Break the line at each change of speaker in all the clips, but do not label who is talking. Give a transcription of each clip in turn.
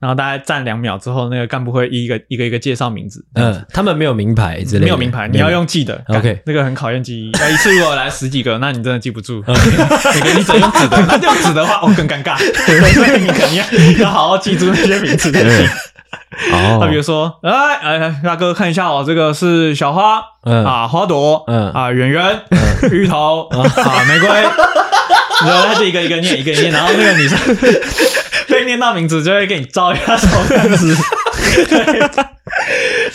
然后大概站两秒之后，那个干部会一个一个一个介绍名字，
嗯，他们没有名牌之类的，
没有名牌，你要用记的。
嗯 OK
干那个很考验 记忆。要一次如果来十几个，那你真的记不住。你你只能用纸的， 那用纸的话，哦更尴尬。所以你肯定要好好记住那些名字才 行。那
嗯哦
比，如说，哎哎，大哥看一下哦，这个是小花
嗯
啊，花朵，
嗯
啊，圆圆， 芋头啊， 玫瑰。然后他就一个一个念，一个一个念，然后那个 女生被念到名字就会给你照一下手这样 子。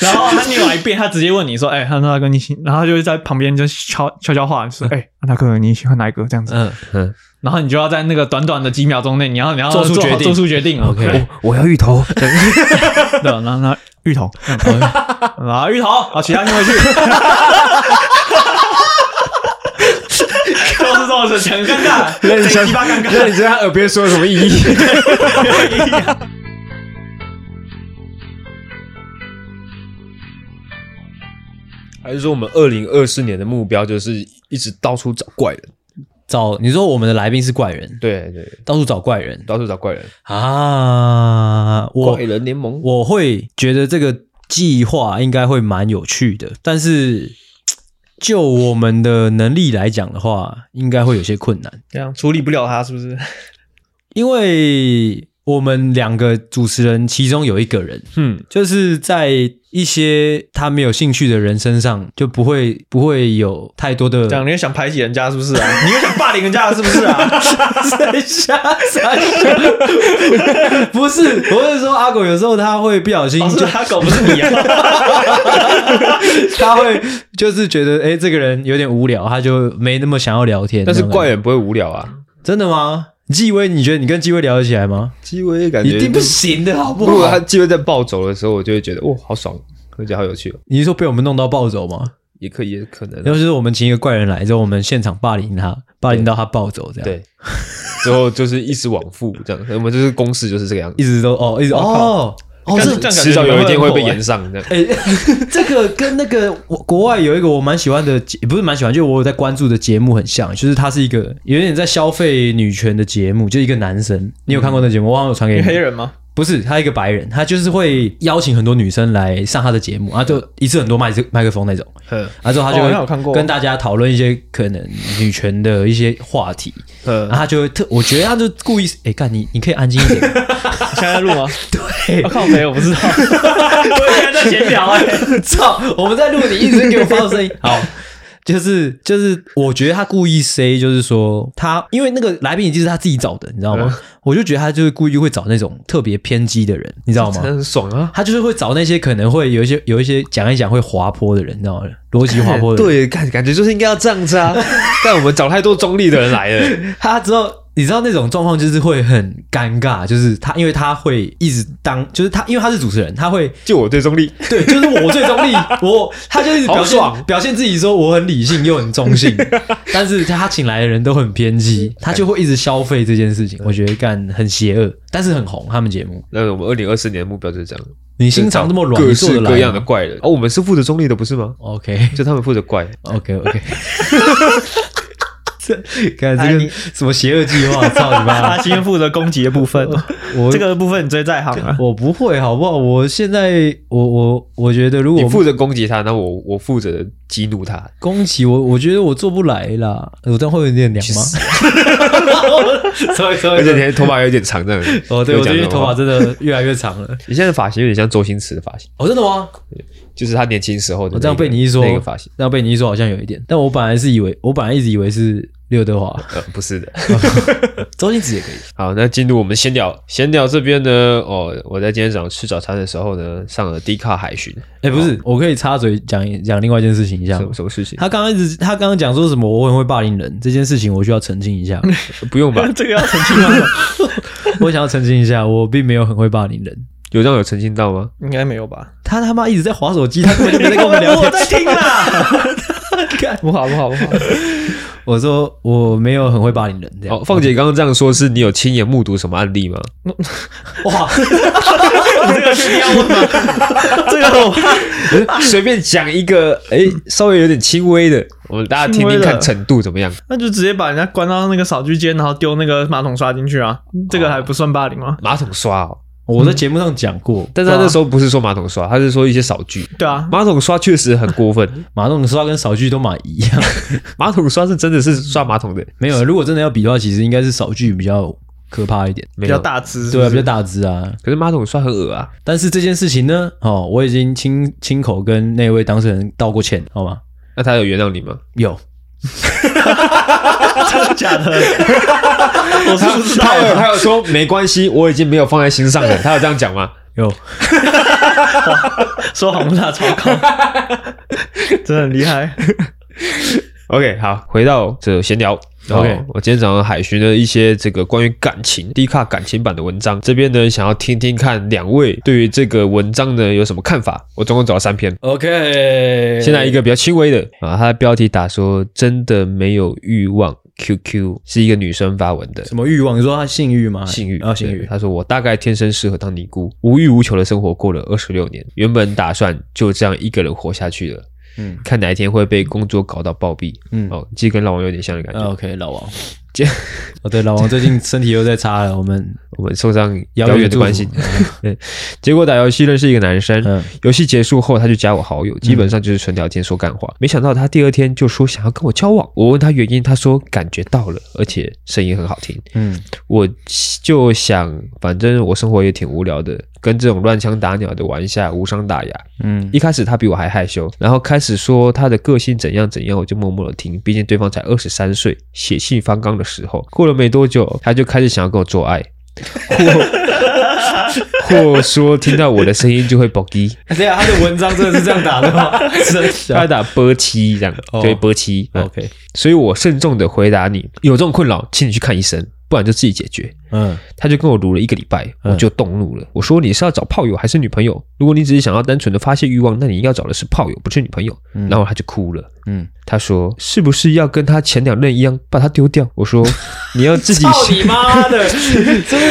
然后他念完一遍，他直接问你说：“哎、他说大哥你喜……”然后他就会在旁边就悄悄悄话，就说：“哎、大哥你喜欢哪一个？”这样子，
嗯嗯，
然后你就要在那个短短的几秒钟内，你要你要
做出
好
决定
做出决定。
OK
对
我要芋头，
对，然后那芋头，嗯 然后芋头，好，其他先回 去。都是这种事情，很尴尬，
那你
这
想
鸡巴尴尬。
那你在他耳边说有什么意义？
还是说我们二零二四年的目标就是一直到处找怪人？
找你说我们的来宾是怪人，
对对，
到处找怪人
到处找怪人，
啊！我
怪人联盟。
我会觉得这个计划应该会蛮有趣的，但是就我们的能力来讲的话，应该会有些困难，
这样处理不了他，是不是？
因为我们两个主持人其中有一个人
嗯，
就是在一些他没有兴趣的人身上，就不会不会有太多的
这样你又想排挤人家，是不是啊？ 你又想霸凌人家，是不是 啊？
等下傻笑 不是，我是说阿狗有时候他会不小心
哦，是
就
他狗，不是你 啊！
他会就是觉得哎、诶这个人有点无聊，他就没那么想要聊天。
但是
那种感
怪
觉
人不会无聊啊，
真的吗？纪威，你觉得你跟纪威聊得起来吗？
机会感觉
一定不。行的，好不
如果他
好？
机会在暴走的时候，我就会觉得哇，好爽，而且好有趣哦。
你是说被我们弄到暴走吗？
也可以，也可能 啊
要是我们请一个怪人来之后，我们现场霸凌他，霸凌到他暴走这样。，
对，之后就是一直往复这样，我们就是公式就是这个样
一
子，
直都哦，一直哦哦
干
这
这 样感觉
迟早有一天会被
你们会很火
延上的。
哎、这个跟那个我国外有一个我蛮喜欢的节，不是蛮喜欢，就我有在关注的节目很像，就是它是一个有点在消费女权的节目，就一个男生，你有看过那节目？我好像有传给
你
你。
黑人吗？
不是，他一个白人，他就是会邀请很多女生来上他的节目，啊，就一次很多麦克麦克风那种，
嗯
然后之后他就
哦那我看
会
过
跟大家讨论一些可能女权的一些话题，然后
嗯，
他就会特，我觉得他就故意，哎、干你，你可以安静一点吗。
现在在录吗？对，我靠，没，我不知道。 我现在在闲聊哎。
操！我们在录，你一直给我发出声音。好，就是就是，我觉得他故意 say，就是说他因为那个来宾已经是他自己找的，你知道吗？我就觉得他就是故意会找那种特别偏激的人，你知道
真的
吗？
很爽啊！
他就是会找那些可能会有一些有一些讲一讲会滑坡的人，你知道吗？逻辑滑坡的人。
哎对，感感觉就是应该要这样 子啊。但我们找太多中立的人来了，
他之后，你知道那种状况就是会很尴尬，就是他因为他会一直当，就是他因为他是主持人，他会
就我最中立。
对，就是我最中立，我他就一直表现
好爽
表现自己说我很理性又很中 性，但是他请来的人都很偏激，他就会一直消费这件事情，我觉得干很邪恶，但是很红他们节目，
那我们二零二四年的目标就是这样，
你心肠这么软，
各
你做
式
得来吗
各样的怪人。哦，我们是负责中立的，不是吗？
OK
就他们负责怪。
OK OK，这看
哎
这个
你
什么邪恶计划，操你妈！
他先负责攻击的部分，
我
这个部分你最在行啊了。
我不会好不好？我现在我我我觉得如
你
果
负责攻击他，那我我负责激怒他。
宫崎，我我觉得我做不来啦，我这样会有点凉 吗？所以所。
而且你的头发有点长，这样
哦，对
有
我
讲
最近
这种
头
话
发，真的越来越长了。
你现在的发型有点像周星驰的发型，
哦，真的吗？
就是他年轻时候的那个。
我这样被你一说，
那个发型，
这样被你一说好像有一点。但我本来是以为，我本来一直以为是刘德华、
呃，不是的。
周星驰也可以。
好，那进入我们闲聊，闲聊这边呢，哦，我在今天早上吃早餐的时候呢，上了低卡海巡，
哎，不是，我可以插嘴讲一讲另外一件事情一下
什
吗
么。什么事情？
他刚刚一直，他刚刚讲说什么我很会霸凌人这件事情，我需要澄清一 下。
不用吧？
这个要澄清吗？
我想要澄清一下，我并没有很会霸凌人。
有让有澄清到吗？
应该没有吧？
他他妈一直在划手机，他根本就没在跟我们聊
我
天。
在听啊啦。 不好不好不 好，
我说我没有很会霸凌人，这样。
哦，凤姐刚刚这样说，是你有亲眼目睹什么案例 吗？
哇，
这个确定要问吗？这个我怕
随便讲一个，哎，稍微有点轻微的，我们大家听听
轻微
看
的
程度怎么样？
那就直接把人家关到那个扫具间，然后丢那个马桶刷进去啊，这个还不算霸凌吗？
马桶刷哦，
我在节目上讲过，
但是他那时候不是说马桶刷，他是说一些扫具。
对啊，
马桶刷确实很 过分，
马桶刷跟扫具都蛮一样。
马桶刷是真的是刷马桶的，
没有，如果真的要比的话，其实应该是扫具比较可怕一点，
没
比
有
较。大只，
对啊，比较
大。
大只啊。
可是马桶刷很恶啊，
但是这件事情呢，哦，我已经亲亲口跟那位当事人道过歉，好吗？
那他有原谅你吗？
有，
真的假 的？我是不
啊
知道啊
他有
的，
他有说没关系，我已经没有放在心上了。他有这样讲吗？
有，
说谎不打草 稿，真的很厉害。
OK，好，回到这闲聊。
OK
哦我今天早上海巡了一些这个关于感情低卡感情版的文章，这边呢想要听听看两位对于这个文章呢有什么看法。我总共找了三篇，
OK，
先来一个比较轻微的啊，它的标题打说真的没有欲望，QQ 是一个女生发文的。
什么欲望？你说他性欲吗？
性欲
啊，性
对
欲。
她说我大概天生适合当尼姑，无欲无求的生活过了二十六年，原本打算就这样一个人活下去了。
嗯
看哪一天会被工作搞到暴毙。
嗯
哦，其实跟老王有点像的感觉。
啊 OK，老王
接，
哦，对，老王最近身体又在差了，我们
我们送上
遥
遥远
远
的
的
关
关
系
系。
对，结果打游戏认识一个男生，
嗯
游戏结束后他就加我好友，基本上就是纯聊天说干话。没想到他第二天就说想要跟我交往，我问他原因，他说感觉到了，而且声音很好听。
嗯
我就想，反正我生活也挺无聊的，跟这种乱枪打鸟的玩一下，无伤大雅。
嗯
一开始他比我还害羞，然后开始说他的个性怎样怎样，我就默默的听，毕竟对方才二十三岁，血气方刚的时候。过了没多久，他就开始想要跟我做爱，或或说听到我的声音就会爆低，
对啊，他的文章真的是这样打的 吗？真
他打波七这样，
哦
对波七。嗯
OK，
所以我慎重的回答你，有这种困扰，请你去看医生，不然就自己解决。
嗯
他就跟我撸了一个礼拜，
嗯
我就动怒了。我说你是要找炮友还是女朋友？如果你只是想要单纯的发泄欲望，那你应该要找的是炮友，不是女朋友。
嗯
然后他就哭了。
嗯，
他说：“是不是要跟他前两任一样把他丢掉？”我 说：“你要自己
操你妈的，真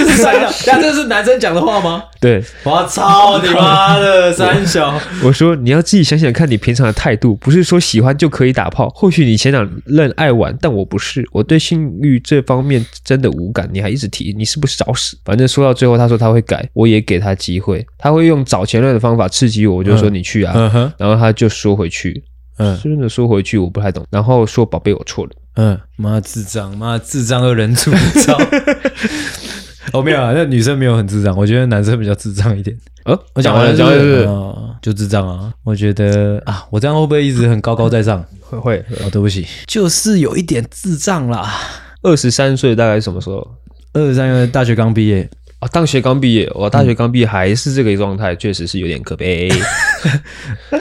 的是三小，那这是男生讲的话吗？
对。
我操你妈的，三小，”
我说：“你要自己想想看，你平常的态度不是说喜欢就可以打炮。或许你前两任爱玩，但我不是，我对性欲这方面真的无感。你还一直提，你是不是找死？反正说到最后，他说他会改，我也给他机会，他会用找前任的方法刺激我。我就说
嗯
你去啊，
嗯哼，
然后他就说回去，
嗯
真的说回去我不太懂。然后说宝贝，我错了。
嗯，妈智障，妈智障二人组，操！ 哦，没有啊，那女生没有很智障，我觉得男生比较智障一点。
呃，
我讲
完
完了
了，讲完了是不
哦就智障啊！我觉得啊，我这样会不会一直很高高在上？
是会会。
哦，对不起，就是有一点智障啦。
二十三岁大概是什么时候？
二十三岁大学刚毕业，
啊，大学刚毕业，我大学刚毕业还是这个状态，确实是有点可悲。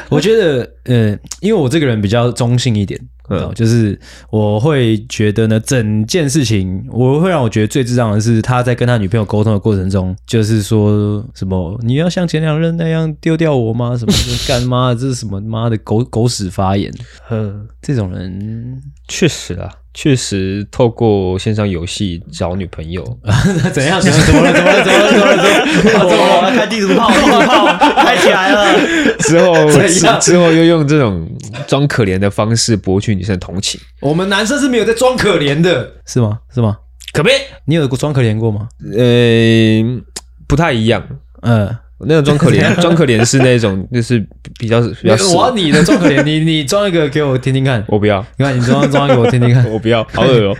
我觉得，呃，因为我这个人比较中性一点，
嗯
嗯，就是我会觉得呢，整件事情，我会让我觉得最智障的是他在跟他女朋友沟通的过程中，就是说什么你要像前两任那样丢掉我吗？什么的干妈，这是什么妈的狗狗屎发言？
嗯，
这种人
确实啊，确实透过线上游戏找女朋友，
怎样？怎么怎么了？怎么了？怎么了？怎么了？
我我要开地图炮，地图炮开起来了。
之后
怎样
之后又用这种装可怜的方式博取女生的同情，
我们男生是没有在装可怜的，是吗？是吗？
可悲。
你有装可怜过吗？
呃，不太一样。
嗯，
那种装可 怜，装可怜是那种就是比较比较死
我要你的装可怜，你你装一个给我听听看。
我不要，
你看，你装装一个我听听看。
我不要，好恶哦、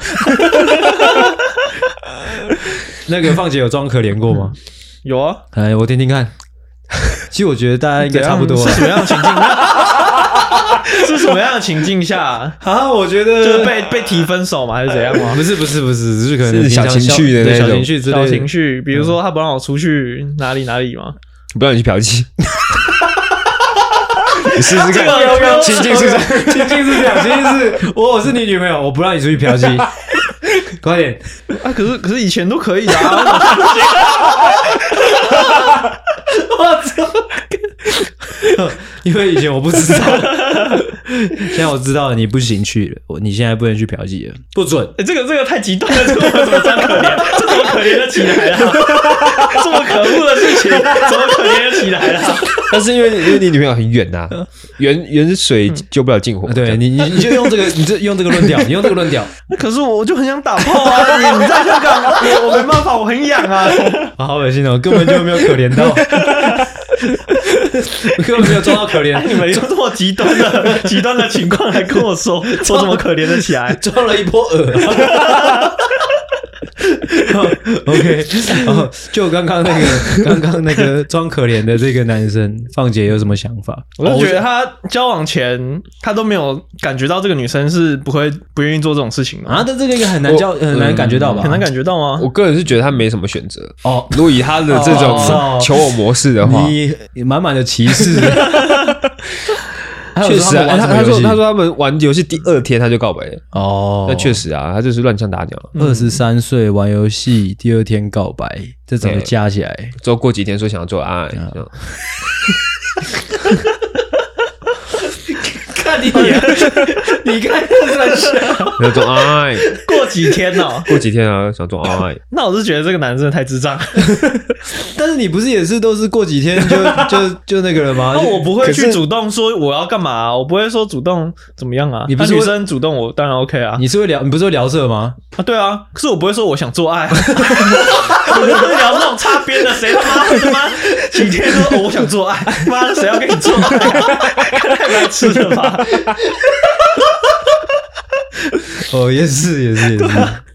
那个放姐有装可怜过吗？
有啊，
哎，我听听看。其实我觉得大家应该差不多
是什么
了
样的情境？ 是什么样的情境下？
啊，我觉得
就是被被提分手吗？还是怎样吗？
不是不是不是，只是可能
是
平常
小情绪的
对
那
小
种
情绪之类
小
的
情。绪，比如说他不让我出去哪里哪里嘛，
不让你去嫖 妓，你试试
这
看。
个有没有
情境是这样，
情境是这样，情境是我我是你女朋友，我不让你出去嫖妓，快点！
啊，可是可是以前都可以的 啊，
因为以前我不知道，现在我知道了，你不行去了，我你现在不能去嫖妓了，不准。
哎
欸这个这个太极端了，这个我怎么装可怜？这怎么可怜得起 来啊？这么可恶的事情，怎么可怜得起来啊？
但是因为因为你女朋友很远呐，远远水救不了近火。这
对
样
你，你你就用这个，你就用这个论调，你用这个论调
可是我就很想打炮啊！你你在香港，我我没办法，我很痒啊！
啊，好恶心哦，根本就没有可怜到， 根本没有抓到可怜
哎，你们有这么极端 的极端的情况，还跟我说，我怎么可怜得起 来？
抓了一波饵。OK，然后就刚刚那个，刚刚那个装可怜的这个男生，放姐有什么想法？哦
我就觉得他交往前，他都没有感觉到这个女生是不会不愿意做这种事情的
啊，，但这个应该很难叫，很难感觉到吧？
很难感觉到
啊
吗？
我个人是觉得他没什么选择。
哦，
如果以他的这
哦
种求偶模式的话，
你满满的歧 视。
确实啊，
还有
他
他们玩什么
他
游
说
戏
他说他们玩游戏第二天他就告白了，
哦，
那确实啊，他就是乱枪打鸟。
二十三岁玩游戏，第二天告白，这整个
对
加起来，
之后过几天说想要做爱，
啊
这样
看你， 你看这是
要做爱，
过几天哦。
过几天啊想做爱，
那我是觉得这个男生太智 障，
但是你不是也是都是过几天就 就就那个了吗？
那哦我不会
可
去
是
主动说我要干嘛啊、我不会说主动怎么样啊。
你不是
啊女
会
生主动，我当然 OK 啊。
你是会聊，你不是会聊色吗？
啊，对啊，可是我不会说我想做爱、啊，我就是聊那种擦边的，谁他妈他妈几天说、哦我想做爱，妈的谁要跟你做爱、啊？太白痴了吧！
哦，也是也是也是。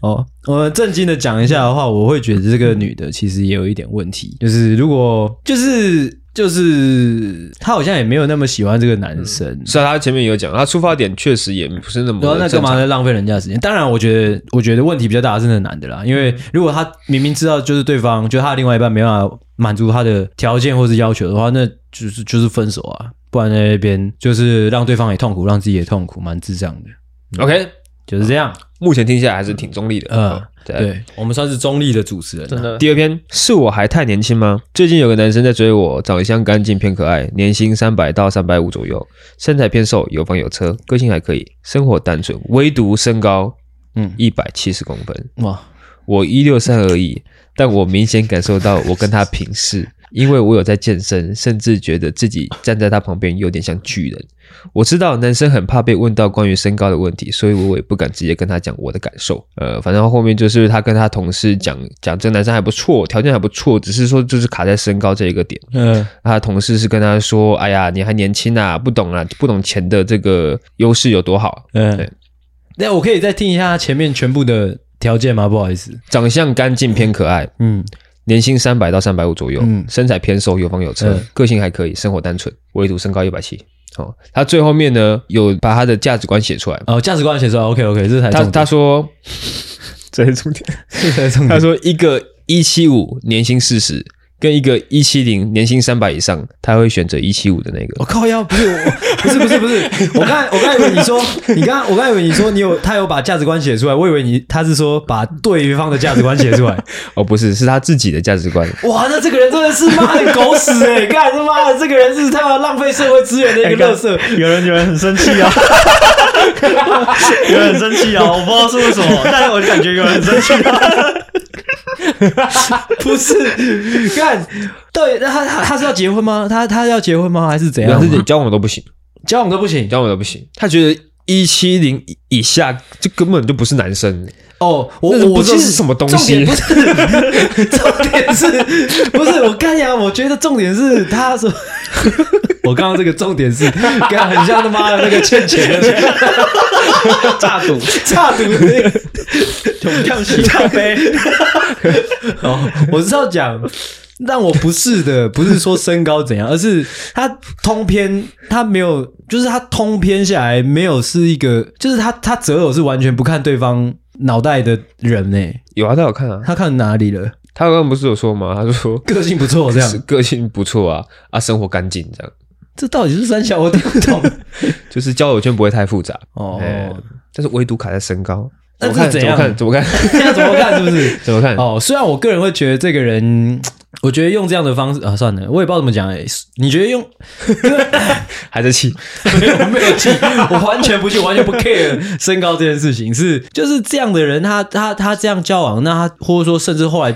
哦，我们正经的讲一下的话，我会觉得这个女的其实也有一点问题，就是如果就是就是她好像也没有那么喜欢这个男生，
是啊，他前面有讲，他出发点确实也不是那么
然后啊那
正
干嘛
常。
在浪费人家的时间？当然，我觉得我觉得问题比较大的是那个男的啦，因为如果他明明知道就是对方，就他的另外一半没办法满足他的条件或是要求的话，那就是就是分手啊，不然在那边就是让对方也痛苦，让自己也痛苦，蛮智障的，
OK，
就是这样。
目前听下来还是挺中立的。
嗯
嗯，，对。
对，我们算是中立的主持人啊，
真的，
第二篇是我还太年轻吗？最近有个男生在追我，长得像干净偏可爱，年薪三百到三百五左右，身材偏瘦，有房有车，个性还可以，生活单纯，唯独身高
嗯，
一百七十公分，
哇，
我一六三而已，但我明显感受到我跟他平视，因为我有在健身，甚至觉得自己站在他旁边有点像巨人。我知道男生很怕被问到关于身高的问题，所以我也不敢直接跟他讲我的感受。呃，反正后面就是他跟他同事讲讲这个男生还不错，条件还不错，只是说就是卡在身高这一个点。
嗯，
他的同事是跟他说：“哎呀，你还年轻啊，不懂啊，不懂钱的这个优势有多好，
嗯
对，
那我可以再听一下他前面全部的条件吗？不好意思，
长相干净偏可爱，
嗯，
年薪三百到三百五左右，
嗯
身材偏瘦，有房有车，
嗯
个性还可以，生活单纯，唯独身高一百七。哦，他最后面呢有把他的价值观写出来。
哦，价值观写出来，OK OK，这才
他
重
他
点，
说，这是重点。
这才重
他
点，
说，一个一七五年薪四十，跟一个一七零年薪三百以上，他会选择一七五的那
我
个。
靠腰，不是我，不是不是不是，我刚才我刚才以为你说，你刚才我刚才以为你说你有他有把价值观写出来，我以为你他是说把对方的价值观写出来。
哦，不是，是他自己的价值观。
哇，那这个人真的是妈的狗屎哎、欸！干他妈的，这个人是他妈浪费社会资源的一
哎
个垃圾。
有人有人很生气啊，有人很生气啊，我不知道是为什么，但是我感觉有人很生气啊。
不是，干到底那他他他是要结婚吗？他他要结婚吗？还是怎
他
样
自？己交往都不行，
交往都不行
交往都不行。他觉得一七零以下，这根本就不是男生。
哦！我
那是
我
不知道
其实
是什么东西
重点不是， 重点是不是？我刚讲，我觉得重点是他说， 我刚刚这个重点是，刚很像他妈的那个欠钱的那个
炸赌，
差赌的那个。
穷呛洗咖啡，
哦，我是要讲，但我不是的，不是说身高怎样，而是他通篇他没有，就是他通篇下来没有是一个，就是他他择偶是完全不看对方脑袋的人呢、
有啊，他有看啊。
他看哪里了？
他刚刚不是有说吗？他说
个性不错，这
是
样，
个性不错啊， 啊，生活干净，这样
这到底是三小我听不懂。
就是交友圈不会太复杂。
哦，
哎但是唯独卡在身高，
那
怎么看？
是怎
怎么
样
看？怎么看？
现在怎么看？是不是？
怎么看？
哦，虽然我个人会觉得这个人我觉得用这样的方式啊，算了，我也不知道怎么讲哎、你觉得用
还在气，
没有 没有气， 我完全不去，完全不 care 身高这件事情。是就是这样的人，他他他这样交往，那他或者说甚至后来。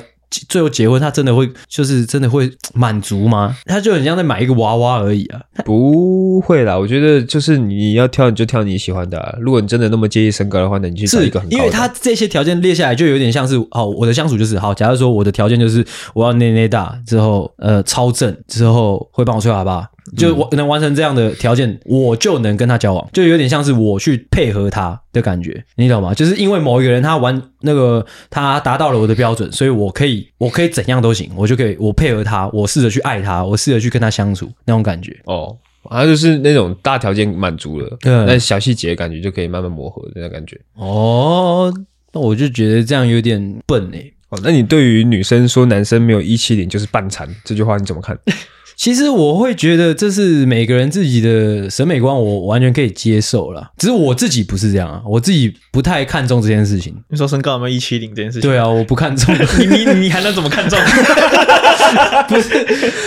最后结婚，他真的会就是真的会满足吗？他就很像在买一个娃娃而已啊。
不会啦。我觉得就是你要挑，你就挑你喜欢的啊、如果你真的那么介意身高的话，那你去找
是
一个很高的。
因为他这些条件列下来，就有点像是好，我的相处就是好。假如说我的条件就是我要内内大，之后呃超正，之后会帮我吹喇叭，就我能完成这样的条件，我就能跟他交往，就有点像是我去配合他的感觉，你懂吗？就是因为某一个人他完那个他达到了我的标准，所以我可以我可以怎样都行，我就可以我配合他，我试着去爱他，我试着去跟他相处那种感觉。
哦，他就是那种大条件满足了，
嗯
那小细节感觉就可以慢慢磨合的那种感觉。
哦，那我就觉得这样有点笨哎、
哦，那你对于女生说男生没有一七零就是半残这句话你怎 么看？
其实我会觉得这是每个人自己的审美观，我完全可以接受啦。只是我自己不是这样啊，我自己不太看重这件事情。
你说身高有没有一七零这件事情？
对啊，我不看重，
你你你还能怎么看重？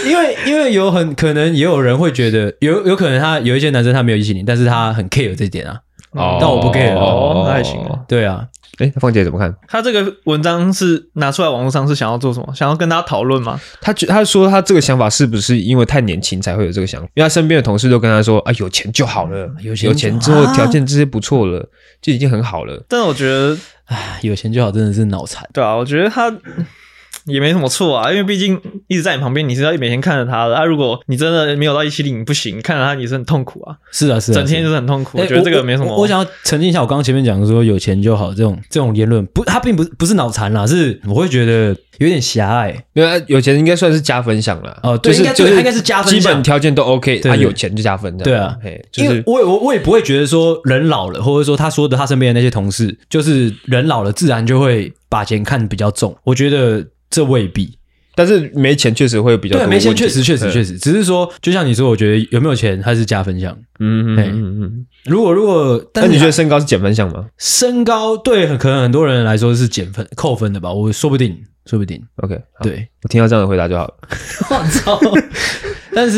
因为因为有很可能也有人会觉得，有有可能他有一些男生他没有一七零，但是他很 care 这点啊。
哦
但我不 care
哦那还行啊。
对啊，
哎，那凤姐怎么看？
他这个文章是拿出来网络上是想要做什么？想要跟大家讨论吗？
他觉他说他这个想法是不是因为太年轻才会有这个想法？因为他身边的同事都跟他说啊，有钱就好了，
有
有
钱就
钱之后条件这些不错了，就已经很好了。
但我觉得，
唉有钱就好，真的是脑残。
对啊，我觉得他也没什么错啊，因为毕竟一直在你旁边，你是要每天看着他的。啊，如果你真的没有到一七零，你不行，看着他你是很痛苦啊，
是啊，是啊，
整天
是啊
就是很痛苦。
哎
我觉得这个没什么。
我我我想要澄清一下，我刚刚前面讲说有钱就好这种这种言论，不，他并不不是脑残啦，是我会觉得有点狭隘。
因为有钱应该算是加分项啦。
哦对
就是
应该对
就是
应该是加分项
基本条件都 OK，
对
他有钱就加分的。
对啊
嘿，就
因为
是
我也我我也不会觉得说人老了，或者说他说的他身边的那些同事，就是人老了自然就会把钱看比较重。我觉得这未必，
但是没钱确实会比较
对，啊
多
没钱
问题
确实确实
对
确实，只是说就像你说，我觉得有没有钱它是加分项。
嗯嗯
嘿
嗯嗯嗯。
如果如果，
那
哎但是
你觉得身高是减分项吗
身高对很可能很多人来说是减分扣分的吧？我说不定，说不定，
？OK，好，
对，
我听到这样的回答就好了。
我操！但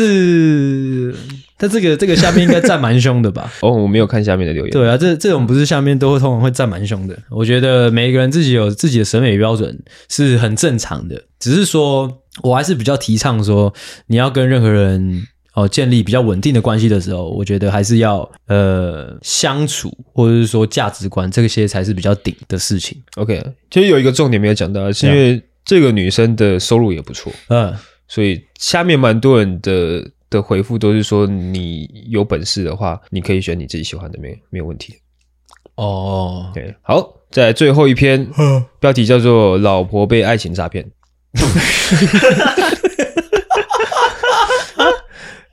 是但这个这个下面应该站蛮凶的吧？
哦，我没有看下面的留言。
对啊，这这种不是下面都会通常会占蛮凶的。我觉得每一个人自己有自己的审美标准是很正常的，只是说我还是比较提倡说，你要跟任何人哦建立比较稳定的关系的时候，我觉得还是要呃相处或者是说价值观这些才是比较顶的事情。
OK，其实有一个重点没有讲到，是因为这个女生的收入也不错，
嗯，
所以下面蛮多人的的回复都是说，你有本事的话，你可以选你自己喜欢的，没有没有问题。
哦，
对，好，在最后一篇，标题叫做《老婆被爱情诈骗》。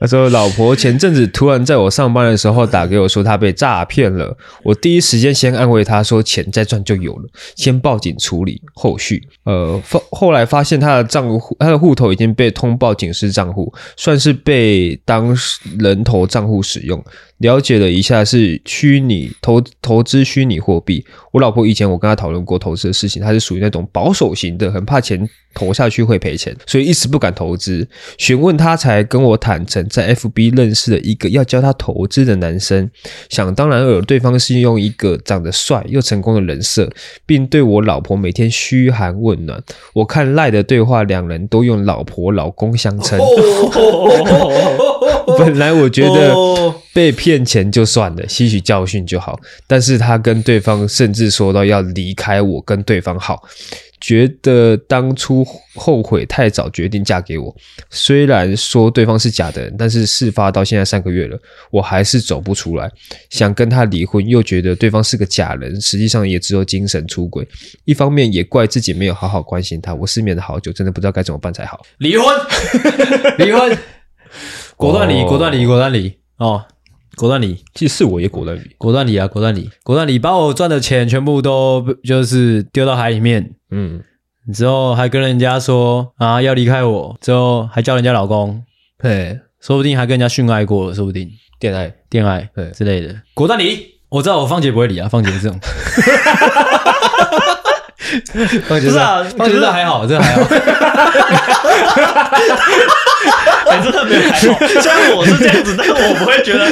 他说：“老婆前阵子突然在我上班的时候打给我，说她被诈骗了。我第一时间先安慰她说，钱再赚就有了，先报警处理后续。呃，后后来发现她的账户，她的户头已经被通报警示账户，算是被当人头账户使用。了解了一下是虚拟投投资虚拟货币。我老婆以前我跟她讨论过投资的事情，她是属于那种保守型的，很怕钱投下去会赔钱，所以一直不敢投资。询问她才跟我坦诚，在 FB 认识了一个要教她投资的男生，想当然尔，对方是用一个长得帅又成功的人设，并对我老婆每天嘘寒问暖。我看赖的对话，两人都用老婆老公相称。 本来我觉得被骗钱就算了，吸取教训就好。但是他跟对方甚至说到要离开我，跟对方好，觉得当初后悔太早决定嫁给我。虽然说对方是假的人，但是事发到现在三个月了，我还是走不出来。想跟他离婚，又觉得对方是个假人，实际上也只有精神出轨。一方面也怪自己没有好好关心他，我失眠了好久，真的不知道该怎么办才好。
离婚， 离婚， 果断离，
哦
果断离，果断离，哦，果断离。
其实是我也果断理，
果断理啊，果断理，果断理，把我赚的钱全部都就是丢到海里面，
嗯，
之后还跟人家说啊要离开我，之后还叫人家老公，
对，
说不定还跟人家训爱过了，说不定
恋爱。
恋爱
对
之 类的。果断理，我知道我芳姐不会理啊，芳姐这种，棒球
不是啊
道，棒球
可是
道还好，这还好。
哎，真的没有还好。虽然我是这样子， 但我不会觉得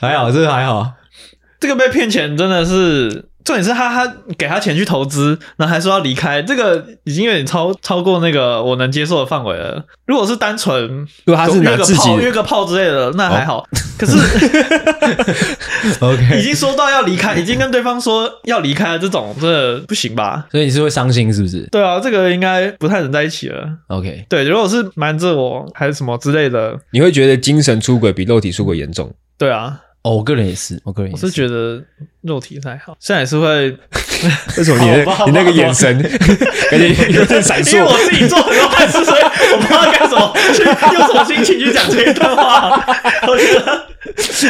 还好，这还好。
这个被骗钱真的是。重点是他他给他钱去投资，然后还说要离开，这个已经有点超超过那个我能接受的范围了。如果是单纯
如果他是拿
约个
自己
炮约个炮之类的，那还好。可是 已
OK，
经说到要离开，已经跟对方说要离开了，这种真的不行吧？
所以你是会伤心是不是
对啊，这个应该不太能在一起了。
？OK，
对，如果是瞒着我还是什么之类的，
你会觉得精神出轨比肉体出轨严 重。
对啊，
哦，我个人也是，我个人也
我
是
是觉得肉体不太好，现在也是会
为什么你的
好吧
你那个眼神
哦
感觉有点闪
因为我
烁？
自己做很多坏事，所以我不知道该怎么 去用什么心情去讲这一段话，我觉得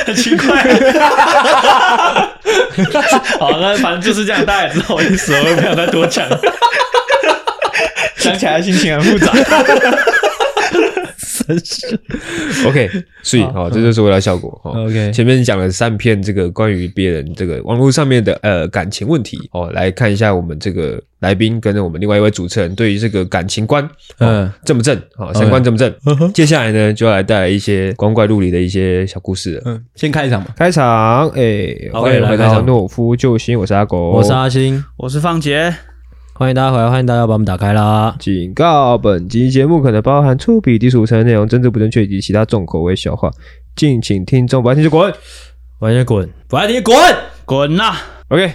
很奇怪。 好，那反正就是这样，大家也知道我意思，我也不想再多 讲。想起来心情很复杂。
OK，所以好，这就是为了效果。哦
OK
前面讲了三篇这个关于别人这个网络上面的呃感情问题哦，来看一下我们这个来宾跟我们另外一位主持人对于这个感情观嗯
嗯
正不正啊三观正不正？接下来呢就要来带来一些光怪陆离的一些小故事了。
嗯，先开场吧。
开场，哎，
好
欢迎
来
回
开
到
场
懦夫救星，我是阿狗，
我是阿星，
我是方杰，
欢迎大家回来，欢迎大家把我们打开啦。
警告：本集节目可能包含粗鄙、低俗、成人内容、政治不正确以及其他重口味笑话，敬请听众不爱听就滚。
完全滚，不爱听滚。
滚呐、
OK，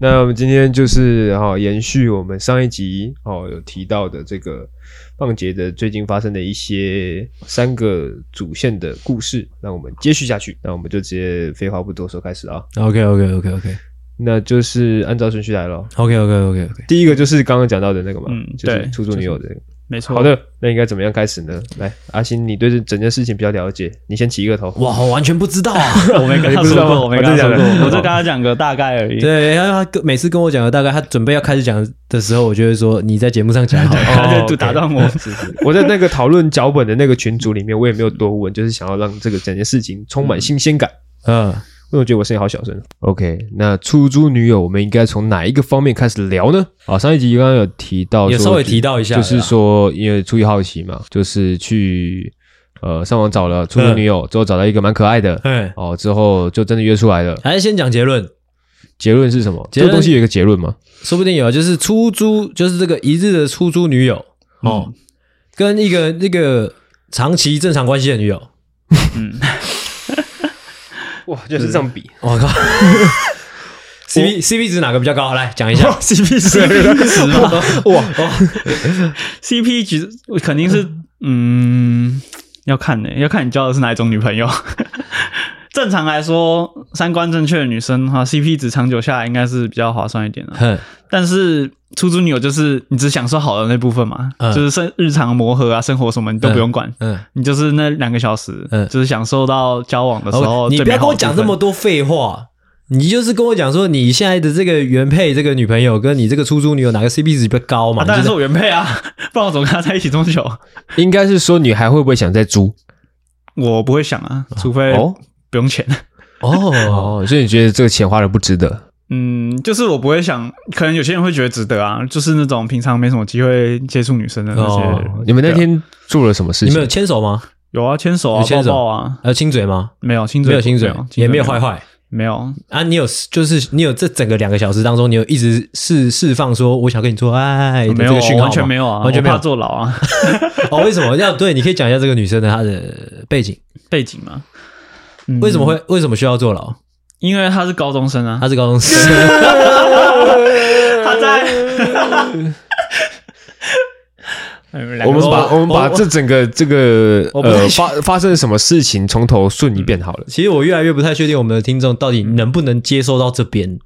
那我们今天就是哈、哦、延续我们上一集哦有提到的这个棒杰的最近发生的一些三个主线的故事，那我们接续下去，那我们就直接废话不多说开始啊，
OK OK OK OK
那就是按照顺序来咯。
OK OK OK OK。
第一个就是刚刚讲到的那个嘛，
嗯
就是
对
出租女友的、
没错。
好，的，那应该怎么样开始呢？来，阿星，你对这整件事情比较了解，你先起一个头。
哇，我完全不知道啊。
我没跟
你
他
不知
说
道吗
过，我没跟
我
他
真
说
的
过
假
我
的，
就跟他讲个大概而已。
对，然后他每次跟我讲的大概，他准备要开始讲的时候，我就会说你在节目上 讲好哦了。
他就
哦 OK
就打断我，
是是，我在那个讨论脚本的那个群组里面，我也没有多问，就是想要让这个整件事情充满新鲜感。
嗯，
因为我觉得我声音好小声。OK，那出租女友，我们应该从哪一个方面开始聊呢？啊，上一集刚刚有提到，
也稍微提到一下
就是
啦
说，因为出于好奇嘛，就是去呃上网找了出租女
嗯
友，之后找到一个蛮可爱的，
哎，
哦，之后就真的约出来了。
还是哎先讲结论，
结论是什么？
结
这
论
个东西有一个结论吗？
说不定有，就是出租，就是这个一日的出租女友
嗯
哦，跟一个那个长期正常关系的女友，
嗯
哇，就是这样比，
我 靠，CP CP 值哪个比较高？来 讲一下
CP 值嘛
哇，
，CP 值肯定是嗯，要看呢、要看你交的是哪一种女朋友。 正常来说，三观正确的女生的话，CP 值长久下来应该是比较划算一点的、
哼
但是出租女友就是你只享受好的那部分嘛，
嗯
就是生日常磨合啊、生活什么你都不用管，
嗯，
你就是那两个小时，
嗯哦
就是享受到交往的时候
你
最
不
美
要跟
好
我
的部分。
讲这么多废话。你就是跟我讲说，你现在的这个原配这个女朋友跟你这个出租女友哪个 CP 值比较高嘛？
啊，当然
你
是
就
我
是
原配啊， 不然我怎么跟他在一起这么 久？
应该是说女孩会不会想再租？
我不会想啊，除非
哦
不用钱。
哦，
哦，所以你觉得这个钱花的不值得？
嗯，就是我不会想，可能有些人会觉得值得啊，就是那种平常没什么机会接触女生的那些人。啊
哦
你们那天做了什么事
你
情？
们有牵手吗？
有啊，牵手啊
有，牵手
抱抱啊，
还有亲嘴吗？
没有亲嘴，
没有亲嘴，也没有坏，坏
没有。
啊。你有就是你有这整个两个小时当中，你有一直释释放说我想跟你做爱的
没
这
有
个讯号吗
完全没有啊，
完全没
我
有
怕。坐牢啊，
哦，为什么要对？你可以讲一下这个女生的她的背景，
背景嘛。嗯
为什么？会为什么需要坐牢？
因为他是高中生啊，
她是高中生，
他 在。 两个
我们
都
把我们把
我
这整个这个
我不嗯太
呃
喜
发发生了什么事情从头顺一遍好了。
其实我越来越不太确定我们的听众到底能不能接受到这边。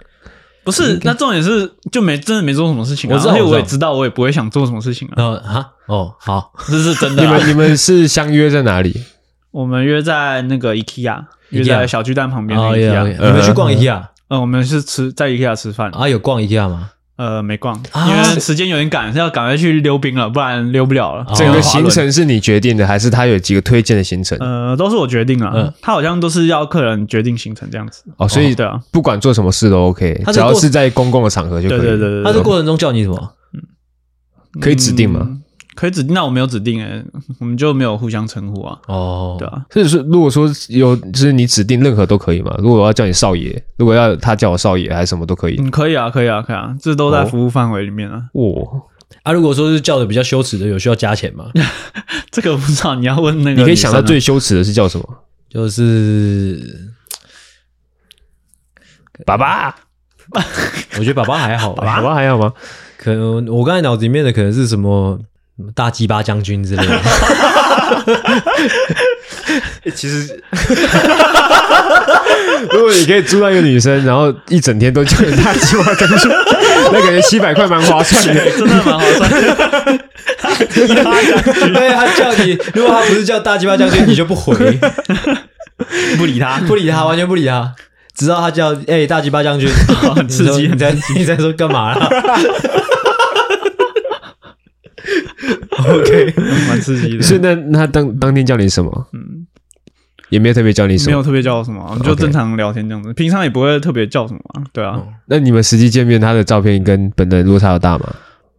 不是，那重点是就没真的没做什么事情、啊，
我知道
而且
我知
我
道
也知道，我也不会想做什么事情啊，
呃哈哦好，
这是真的、
你
啊。
们你们是相约在哪里？
我们约在那个 IKEA，约在小巨蛋旁边的
哦耶，
IKEA，、呃
你们去逛 IKEA
啊
呃，我们是吃在 IKEA 吃饭，
啊？有逛 IKEA 吗？
呃，没逛，
啊
因为时间有点赶，要赶快去溜冰了，不然溜不了了。
整个行程是你决定的，还是他有几个推荐的行程？
呃，都是我决定
嗯
了，他好像都是要客人决定行程这样子。
哦，所以
对啊，
不管做什么事都 OK，
他
只
这个
要
过
是在公共的场合就可以。
对对对对
他
对啊
这过程中叫你什么？
可以指定吗
嗯可以指定，那我没有指定哎，我们就没有互相称呼啊。
哦
对，啊，
所以说，如果说有，就是你指定任何都可以嘛。如果我要叫你少爷，如果要他叫我少爷还是什么都可以。
嗯，可以啊，可以啊，可以啊，这都在
哦
服务范围里面啊。
哦，
啊，如果说是叫的比较羞耻的，有需要加钱 吗？
这个不知道你要问那个，啊
你可以想到最，羞耻的是叫什么？
就是
爸爸，
我觉得爸爸还好、
哎爸爸还好吗？
可能我刚才脑子里面的可能是什么嗯大鸡巴将军之类的，
其实，如果你可以租到一个女生，然后一整天都叫你大计划跟去， 那感觉七百块蛮划算 的。
真的蛮好算的。
对他叫你，如果他不是叫大鸡巴将军，你就不回，
不理他，
不理他，完全不理他，直到他叫哎、大鸡巴 将军，
很刺激
你在你在说干嘛 啦？OK，
蛮刺 激的。
所以那那他当当天叫你什么？
嗯
也没有特别叫你什
没有
么。
特别叫我什么，我们就正常聊天这样子，平常也不会特别叫什么啊。对啊，
那你们实际见面，他的照片跟本人落差有大吗？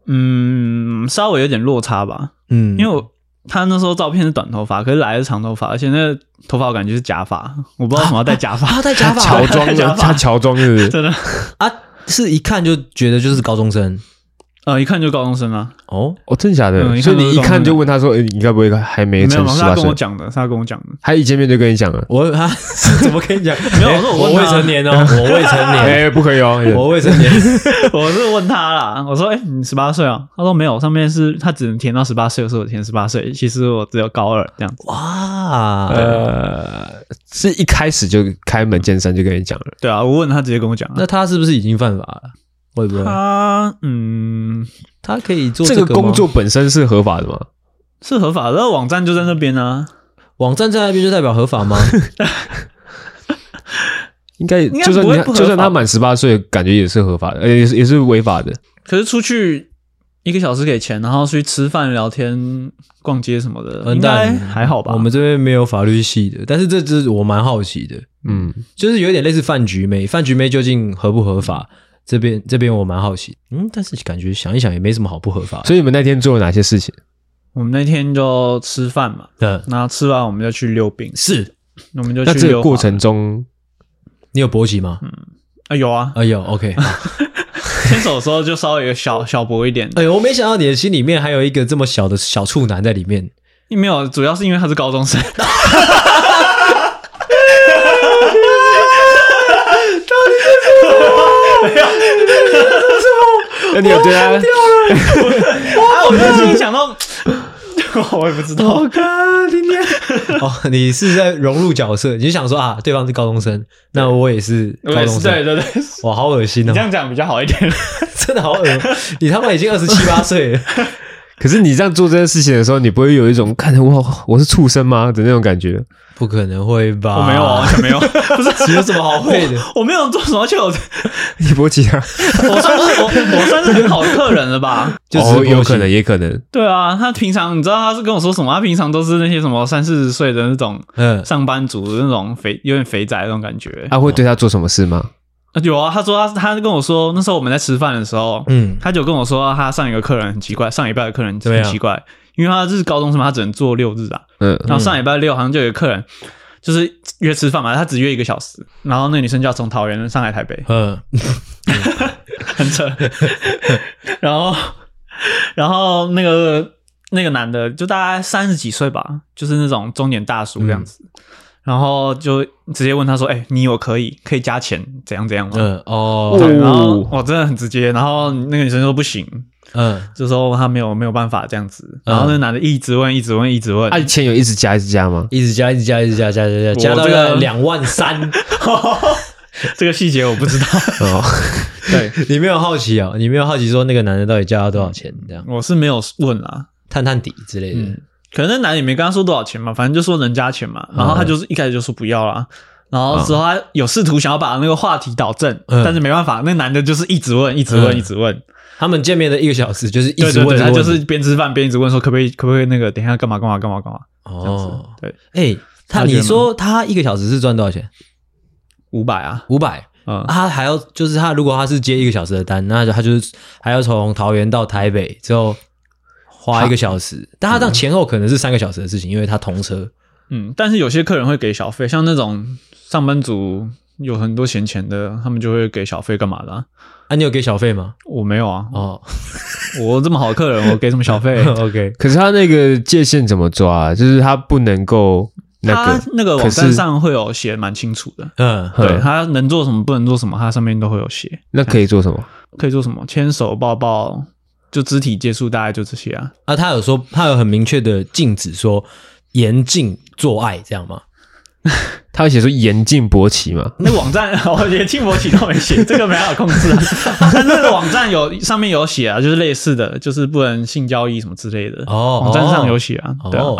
嗯，稍微有点落差吧，
嗯
因为我他那时候照片是短头发，可是来的是长头发，而且那头发我感觉是假发，我不知道为什么要戴假发，
他戴假发
乔装的，他乔装是不是？
真的，
啊，是一看就觉得就是高中生
呃，一看就高中生啊，
哦，
哦，真的假的？
嗯一看
所以
就
你
是
一
高中
看就
生
问他说：“诶你该不会还没
没有，
成
是
十
他
八
跟
岁
我？”讲的，是他跟我讲的，
他一见面就跟你讲了
我他是 怎么跟你讲？没
有我说我问
未
他
成年哦，我未成：“年，
哎、不可以哦。
我未成年。
我是问他啦，我说，哎、你十八岁啊？他说没有，上面是他只能填到十八岁，我说我填十八岁，其实我只有高二这样子，
哇，
呃，是一开始就开门见山就跟你讲了，
对啊，我问他直接跟我讲啊，
那他是不是已经犯法了？会不会？
他嗯
他可以做
这
个
个
吗
工作本身是合法的吗？
是合法的，那网站就在那边啊，
网站在那边就代表合法 吗？
应该，
该
就算
不会
你
不合
就算他
法
满十八岁，感觉也是合法的，呃，也是也是违法的。
可是出去一个小时给钱，然后出去吃饭、聊天、逛街什么的，
完
应
蛋
该还好吧？
呃我们这边没有法律系的，但是这只是我蛮好奇的，
嗯，
就是有点类似饭局妹，饭局妹究竟合不合法？这边这边我蛮好奇，嗯，但是感觉想一想也没什么好不合法的。
所以你们那天做了哪些事情？
我们那天就吃饭嘛，
嗯，
然后吃完我们就去溜冰，
是
我们就
那
去
这
溜滑
个过程 中，
你有勃起吗？
啊有 啊，
哎呦，OK，
牵手的时候就稍微有小小薄一点，
哎呦，我没想到你的心里面还有一个这么小的小处男在 里面。
没有，主要是因为他是高中生，
那哎 你有对他？
啊，我就心里想到，哦我也不知道，
啊
看今天哦，你是在融入角色，你就想说啊，对方是高中生，那我也是
我
高
也
中
是
生，
对对对，
哇，好恶心
你
哦
这，样讲比较好一点，
真的好恶，哦你他妈已经二十七八岁了，
可是你这样做这件事情的时候，你不会有一种看着我我是畜生吗的那种感觉？
不可能会吧？
我没有啊，完，全没有，不是。
有什么好会的？
我没有做什么，而且我我
你勃起 啊？
算是我我算是很好的客人了吧？
就
哦
是
有可能，，也可能。
对啊，他平常你知道他是跟我说什么？他平常都是那些什么三四十岁的那种
嗯，
上班族，那种肥有点肥宅那种感觉。
啊，会对他做什么事吗？
啊有啊，他说他他跟我说那时候我们在吃饭的时候，
嗯
他就跟我说他上一个客人很奇怪，上礼拜的客人
怎么
很
样
奇怪，因为他是高中生嘛，他只能做六日啊。
嗯，
然后上礼拜六好像就有一个客人就是约吃饭嘛，他只约一个小时，然后那女生就要从桃园上来台北，
嗯，
很扯。 然后，然后那个那个男的就大概三十几岁吧，就是那种中年大叔这
嗯
样子。然后就直接问他说：“哎、你我可以可以加钱，怎样怎样吗？”
嗯，哦，
对，然后
哦
我真的很直接。然后那个女生说不行，
嗯，
就说他没有没有办法这样子。
嗯哎
然后那个男的一直问，一直问，一直问。
啊，钱有一直加一直加吗？
一直加，一直加，一直加，加加加，加到
我这个
了两 万三，
这个细节我不知道。
哦，
对，
你没有好奇啊？你没有好奇说那个男的到底加了多少钱？这样
我是没有问啦。
探探底之类的嗯
嗯，可能那男的也没跟他说多少钱嘛，反正就说能加钱嘛。然后他就是一开始就说不要啦，然后之后他有试图想要把那个话题导正，
嗯
但是没办法，那男的就是一直问，一直问，
嗯
一直问，
他们见面的一个小时就是一
对
直
对
问
对，
这
他
个问题，
就是边吃饭边一直问说可不可以可不可以那个等一下干嘛干嘛干嘛干嘛这样子
哦，，
对，
哎、他
了解吗
你说他一个小时是赚多少钱？
五百啊，
五百。
嗯
啊，他还要就是他，如果他是接一个小时的单，那他就是还要从桃园到台北之后花一个小时，但他这样前后可能是三个小时的事情，因为他同车。
嗯，但是有些客人会给小费，像那种上班族有很多闲钱的，他们就会给小费干嘛的啊、
啊，你有给小费吗？
我没有啊，
哦
我这么好的客人，我给什么小费？
，OK，
可是他那个界限怎么抓啊？就是他不能够那
他
个，
那个网
可
站
是
上会有写蛮清楚的，
嗯，
对
嗯
他能做什么不能做什么，他上面都会有写，
那可以做什么？
可以做什么，牵手、抱抱，就肢体接触，大概就这些啊。
啊，他有说他有很明确的禁止说严禁做爱这样吗？
他会写出严禁勃起嘛？
那网站 我连轻薄起都没 写，这个没办法控制啊。但是那个网站有上面有写啊，就是类似的，就是不能性交易什么之类的。
哦
网站上有写啊，对啊。
哦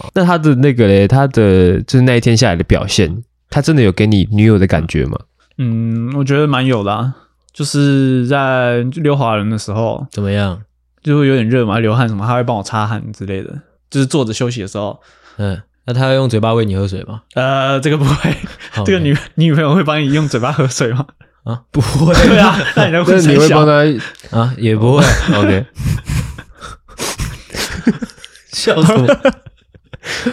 哦，那他的那个嘞，他的就是那一天下来的表现，他真的有给你女友的感觉 吗？
嗯，我觉得蛮有的、啊，就是在溜滑轮的时候，
怎么样？
就会有点热嘛，流汗什么，他会帮我擦汗之类的。就是坐着休息的时候，
嗯，那他要用嘴巴喂你喝水 吗？
呃，这个不会，
好
这个女你女朋友会帮你用嘴巴喝水吗？
啊不会
对啊，那你的
那
会
你会帮
小。
他
啊也不会，
？OK，
笑 死我。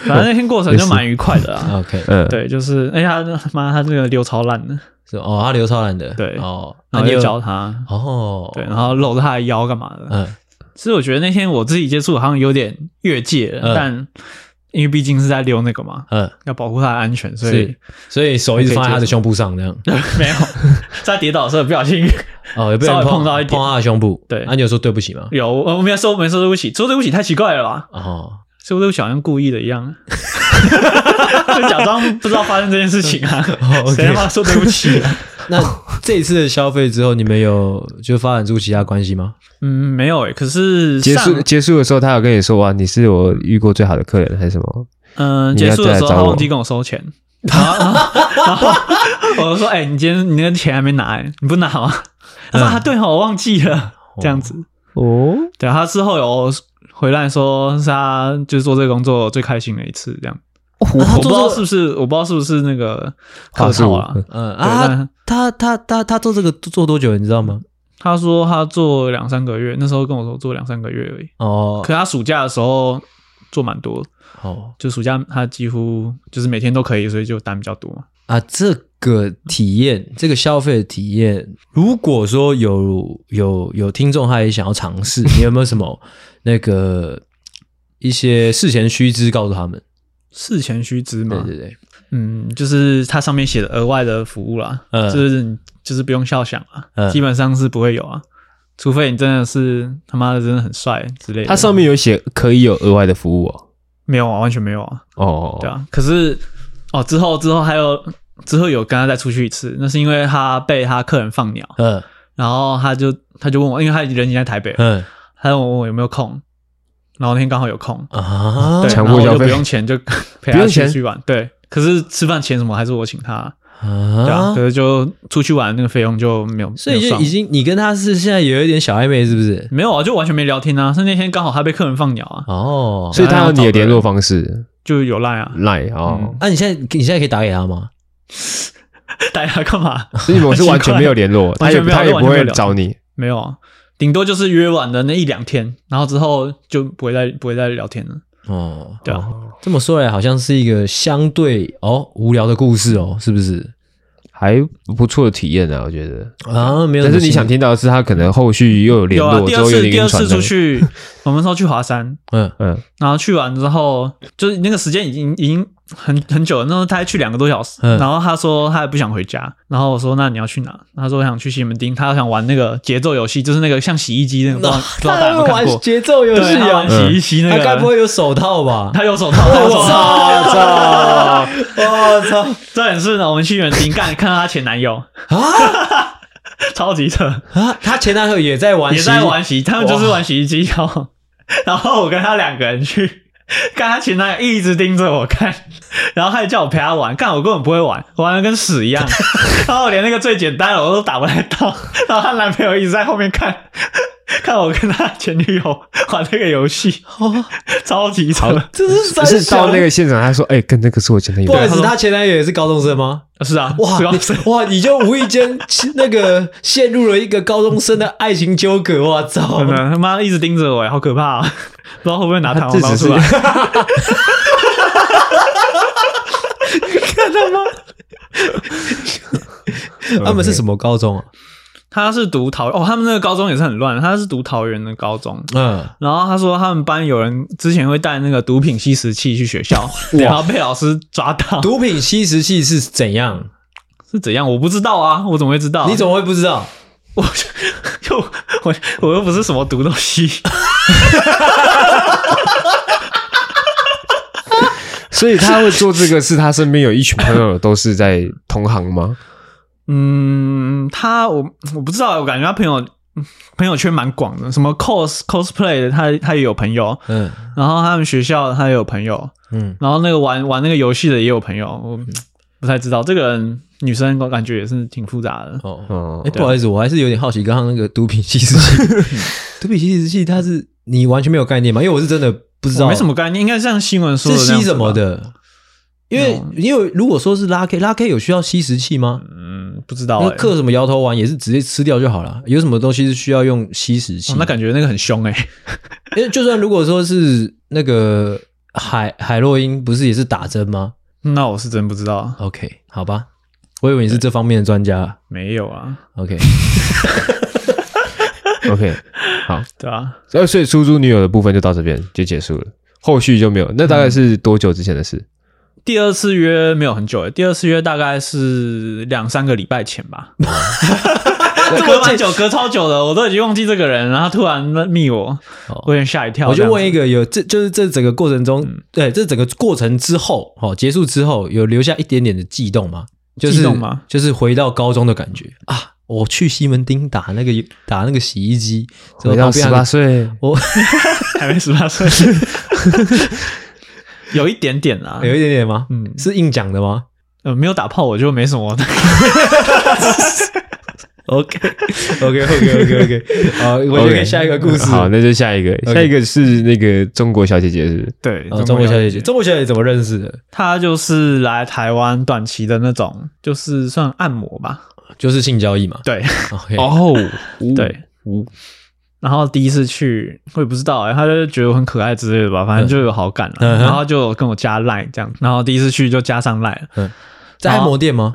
反正那天过程就蛮愉快的啊。
OK，
嗯，
对，就是，哎呀，他妈他这个溜超烂的，
是哦，他刘超然的，
对
哦，
然
那
后
你
就
有
教他，
哦，
对，然后搂着他的腰干嘛的。
嗯
其实我觉得那天我自己接触好像有点越界了，
嗯
但因为毕竟是在溜那个嘛，
嗯，
要保护他的安全，所以
是，所以手一直放在他的胸部上这 样，
没有， 在跌倒的时候不小心
哦，也不
稍
能
微碰到一点
碰他的胸部，
对
啊，你有说对不起吗？
有，我我没有说没说对不起，说对不起太奇怪了吧？
哦，
说对不起好像故意的一 样，就假装不知道发生这件事情啊，
OK
谁他妈说对不起、啊？
那这一次的消费之后，你们有就发展出其他关系吗？
嗯，没有诶、可是
结束
上
结束的时候，他有跟你说哇，你是我遇过最好的客人还是什么？
嗯、
你要
结束的时候他
再来找我
忘记跟我收钱，然后然后然后我就说哎、你今天你那个钱还没拿、欸，你不拿吗？他说啊对哦，我忘记了，这样子。
嗯哦，
对，他之后有回来说是他就是做这个工作最开心的一次，这样。
哦
我
他
我不
做
知道
这
是不是，我不知道是不是那个客
话术
套啊。
嗯
对
啊
那，
他他他他做这个做多久，你知道吗？
他说他做两三个月，那时候跟我说做两三个月而已。
哦
可他暑假的时候做蛮多，
哦
就暑假他几乎就是每天都可以，所以就单比较多嘛。
啊，这个体验，这个消费的体验，如果说有有有听众他也想要尝试，你有没有什么那个一些事前须知告诉他们？
事前须知
对
嘛，
对对，
嗯，就是它上面写的额外的服务啦，
嗯
就是你就是不用笑想啊，
嗯
基本上是不会有啊，除非你真的是他妈的真的很帅之类的。
他上面有写可以有额外的服务哦。
没有啊，完全没有啊，
哦，
对啊。可是哦，之后之后还有之后有跟他再出去一次，那是因为他被他客人放鸟，
嗯
然后他就他就问我，因为他人已经在台北了，
嗯
他问我有没有空，然后那天刚好有空，
啊
对，
强
然
迫
后我
哦消
就
费
不用钱 就陪
不
他
用
出
钱
去玩，对。可是吃饭钱什么还是我请他，对啊，
啊
可！是就出去玩那个费用就没有，
所以
没有
就
算
已经你跟他是现在有一点小暧昧，是不是？
没有啊，就完全没聊天啊。是那天刚好他被客人放鸟啊，
哦，
所以他有你的联络方式
就有赖啊，
Line 哦，
那、啊、你现在你现在可以打给他吗？
大家干嘛？
所以你们是完
很奇
全
怪
没有联 络，他
完
也
全
不
没有
他也
完
不
全没
会
有
找你。
没有啊，顶多就是约晚的那一两天，然后之后就不会再不会再聊天了。
哦，
对啊，
这么说来好像是一个相对哦无聊的故事哦，是不是？
还不错的体验啊，我觉得。
啊，没有什么
但
新的。
是你想听到的是，他可能后续又有联
有啊，
络，
第
之
二
后又
次
点
第
晕
二
船
次
的
出。去，我们那时候去华山，
嗯
嗯，
然后去完之后，就是那个时间已经已经很很久了，那时候他还去两个多小时。
嗯
然后他说他也不想回家，然后我说那你要去哪？他说我想去西门町，他想玩那个节奏游戏，就是那个像洗衣机那个，不 知道不知道大家有没有看过？
节奏游啊
对，啊他玩洗衣机那
他
个，
该不会有手套吧？
他有手套，他有 手套。
操！我 操！
这很是呢，我们去远丁干看到她前男友，
啊
超级扯，
啊！他前男友也在玩，
啊也在玩。洗， 他们就是玩洗衣机 哦。然后我跟他两个人去，看他前男友一直盯着我看， 然后他就叫我陪他玩，干我根本不会玩，我玩的跟屎一样， 然后我连那个最简单的我都打不太到， 然后她男朋友一直在后面看， 看我跟她前女友 玩那个游戏， 超级吵，
哦这是 三
是
小
到那个现场，他说：“哎，跟那个是我前男友
不。好意思，他前男友也是高中生吗？
是 啊，
哇
是啊
你 哇，你就无意间那个陷入了一个高中生的爱情纠葛，我操
真！的他妈一直盯着我，好可怕、啊！ 不知道会不会拿弹簧
这
刀
只
出
是
来。
他们是什么高中啊？
他是读桃哦，他们那个高中也是很乱，他是读桃园的高中。
嗯，
然后他说他们班有人之前会带那个毒品吸食器去学校，然后被老师抓到，
毒品吸食器是怎样？
是怎样？我不知道啊，我怎么会知道？
你怎么会不知道？
我就我我又不是什么毒都吸，
所以他会做这个，是他身边有一群朋友都是在同行吗？
嗯，他我我不知道，我感觉他朋友嗯朋友圈蛮广的，什么 cos cosplay 的，他他也有朋友，
嗯
然后他们学校他也有朋友，
嗯，
然后那个玩玩那个游戏的也有朋友，我不太知道这个人女生我感觉也是挺复杂的。
哦，
哦
嗯
哎、，不好意思，
啊
我还是有点好奇，刚刚那个毒品吸食 器，毒品吸食器它是你完全没有概念吗？因为我是真的不知
我
道，
没什么概念，应该像新闻说
是
的那样
吸
子
什么
吧？
的。因为因为如果说是拉 K 拉 K 有需要吸食器吗？
嗯，不知道、
那
欸。
嗑什么摇头丸也是直接吃掉就好了。有什么东西是需要用吸食器？
哦那感觉那个很凶哎、
因为就算如果说是那个海海洛因，不是也是打针吗
那我是真不知道，
？OK，好吧，我以为你是这方面的专家。
没有啊，
OK，
OK，好，
对啊，
所以所以出租女友的部分就到这边就结束了，后续就没有。那大概是多久之前的事？
第二次约没有很久、欸，第二次约大概是两三个礼拜前吧。
哦
隔蛮久，隔超久的，我都已经忘记这个人，然后突然密我，
哦
我有点吓一跳。
我就问
这样
一个有这就是这整个过程中，
嗯
对这整个过程之后，哦，结束之后有留下一点点的悸动吗？就是
悸动吗
就是回到高中的感觉啊！我去西门町打那个打那个洗衣机，
嗯
回到十八，岁，
我，
子还没十八岁， 有一点点啦
有一点点吗？
嗯
是硬讲的吗？
呃，没有打炮我就没什么。
OK OK OK OK OK，好，我就
OK
给下一个故事。
好，那就下一个，下一个是那个中国小姐姐是
对
哦，中国小姐姐，中国小姐姐怎么认识的？
她就是来台湾短期的那种，就是算按摩吧。
就是性交易嘛。
对
OK，
哦，
对，
呜，
然后第一次去，我也不知道、欸，她就觉得我很可爱之类的吧，反正就有好感了、
嗯哼
然后就跟我加 line 这样，然后第一次去就加上 line 了。
在按摩店吗？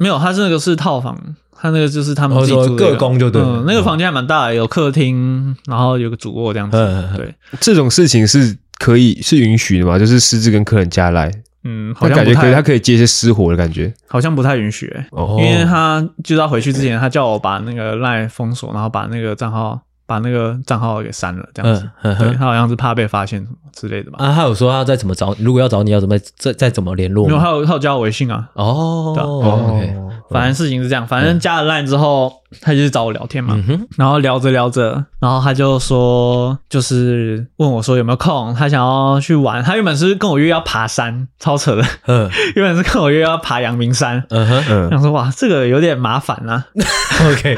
没有，他是那个是套房，他那个就是他们
哦
自己住的
说各工就对了
嗯，那个房间还蛮大的，有客厅，然后有个主卧这样子。
嗯嗯嗯
对，
哦这种事情是可以是允许的嘛？就是私自跟客人加来，
嗯，好
那
像
感
不
觉可以，他
太，
可以接一些私活的感觉。
好像不太允许、欸
哦
因为他就是他回去之前，他叫我把那个赖封锁，然后把那个账号把那个账号给删了，这样子
嗯。嗯
对
哼。
他好像是怕被发现什么之类的吧？
啊，他有说他再怎么找，如果要找你要怎么再再怎么联络
没有，
吗？
他有他有加我微信啊。
哦
对啊
，OK，
反正事情是这样，反正加了 line 之后，他就是找我聊天嘛。
嗯哼，
然后聊着聊着，然后他就说，就是问我说有没有空，他想要去玩。他原本是跟我约要爬山，超扯的，
嗯
原本是跟我约要爬阳明山。
嗯哼
想说哇，这个有点麻烦啊。
，OK，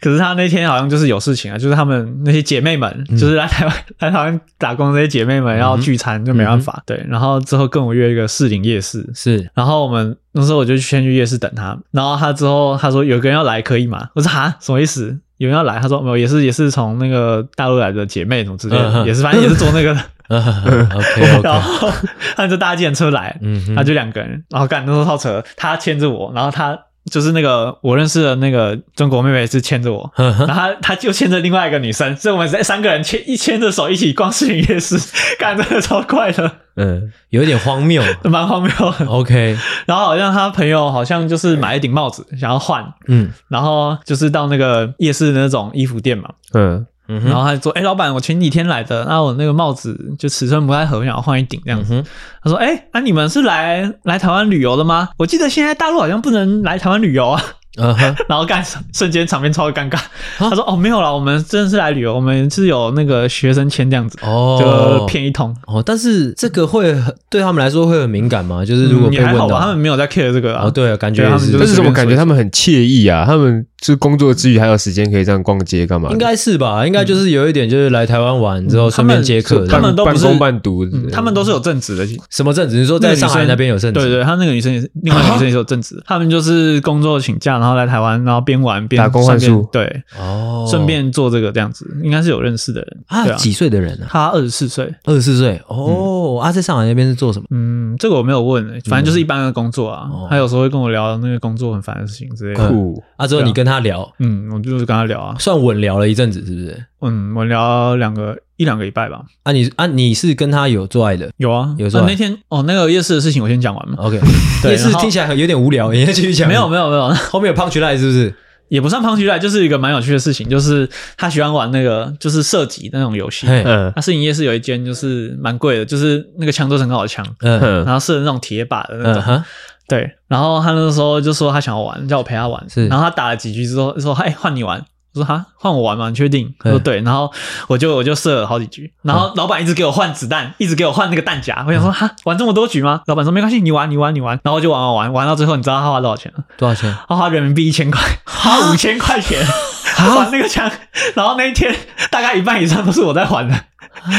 可是他那天好像就是有事情啊，就是他们那些姐妹们，
嗯
就是来台湾 来台湾打工的那些姐妹们要聚餐，就没办
嗯
法。对，然后之后跟我约一个士林夜市，
是
然后我们那时候我就先去夜市等他，然后他之后他说有个人要来可以吗？我说哈什么意思？有人要来？他说没有，也是也是从那个大陆来的姐妹什么之类的，
嗯哼
也是反正也是坐那个 的，
嗯
嗯
，OK
然
OK，
后他就搭计程车来，
嗯
他
哼，
就两个人，然后干那时候超扯，他牵着我，然后他就是那个我认识的那个中国妹妹是牵着我。
嗯哼
然后他他就牵着另外一个女生，所以我们在三个人牵一牵着手一起逛市林夜市，干真的超快的，
嗯，有一点荒谬。
蛮荒谬的。
OK，
然后好像他朋友好像就是买一顶帽子想要换，
嗯
然后就是到那个夜市的那种衣服店嘛，
嗯，
嗯
然
哼，
后他就说：“哎、老板，我前几天来的，那我那个帽子就尺寸不太合，我想要换一顶这样
嗯
子。
哼，
他说：“哎、那、你们是来来台湾旅游的吗？我记得现在大陆好像不能来台湾旅游啊。
嗯哼，
然后干瞬间场面超尴尬。
啊
他说：“哦，没有啦，我们真的是来旅游，我们是有那个学生签这样子，
哦，
就骗一通。
哦，但是这个会很对他们来说会很敏感吗？就是如
嗯
果被
也还
问
好吧，他
到
们，没有在 care 这个啊。
哦，对啊，感觉
对
也
他们
是
就
但是怎么
随便
感
说
觉
一
他们很惬意啊？他们就工作之余还有时间可以这样逛街干嘛的？
应该是吧？应该就是有一点，就是来台湾玩之后
嗯
顺便接客
他
的，
半
们都不
半
是
工半读，呃
嗯，他们都是有正职的，其实
什么证子？你说在上海那边有证子？
对对，他那个女生也是，另外一个女生也是有正 职，他们就是工作请假，然后来台湾，然后边玩边
打工换
顺便
宿
对，
哦，
顺便做这个这样子，应该是有认识的人对
啊，
啊。
几岁的人啊？
他二十四岁，
二十四岁哦，啊，在上海那边是做什么？
嗯，这个我没有问、欸，反正就是一般的工作啊。
哦
他有时候会跟我聊那个工作很烦的事情之类的。
酷。
啊，之后你跟他聊，
嗯，我就是跟他聊啊，
算稳聊了一阵子，是不是？
嗯，我聊两个一两个礼拜吧。
啊，你啊，你是跟他有做爱的
有啊，
有时候
啊那天哦，那个夜市的事情我先讲完嘛。
？OK，
对
也是
然后
听起来有点无聊，你先继续 讲。
没有，没有没有，
后面有 punch line 是不是？
也不算胖菊赖，就是一个蛮有趣的事情，就是他喜欢玩那个就是射击 那种游戏。
嘿，
嗯
他摄影夜市有一间就是蛮贵的，就是那个枪都是很好的枪，
嗯
嗯
然后是那种铁靶的那
嗯
种。
哈，
对，然后他那时候就说他想要玩，叫我陪他玩。
是
然后他打了几局之后说：“哎，换你玩。”我说：“哈，换我玩吗？你确定？”他说：“
嗯
对。”然后我就我就射了好几局，然后老板一直给我换子弹，一直给我换那个弹夹。我想说：“哈，玩这么多局吗？”老板说：“没关系，你玩，你玩，你玩。”然后我就玩玩玩，玩到最后，你知道他花多少钱吗？
多少钱？
他花人民币一千块，花五千块钱 玩那个枪，然后那一天大概一半以上都是我在还的，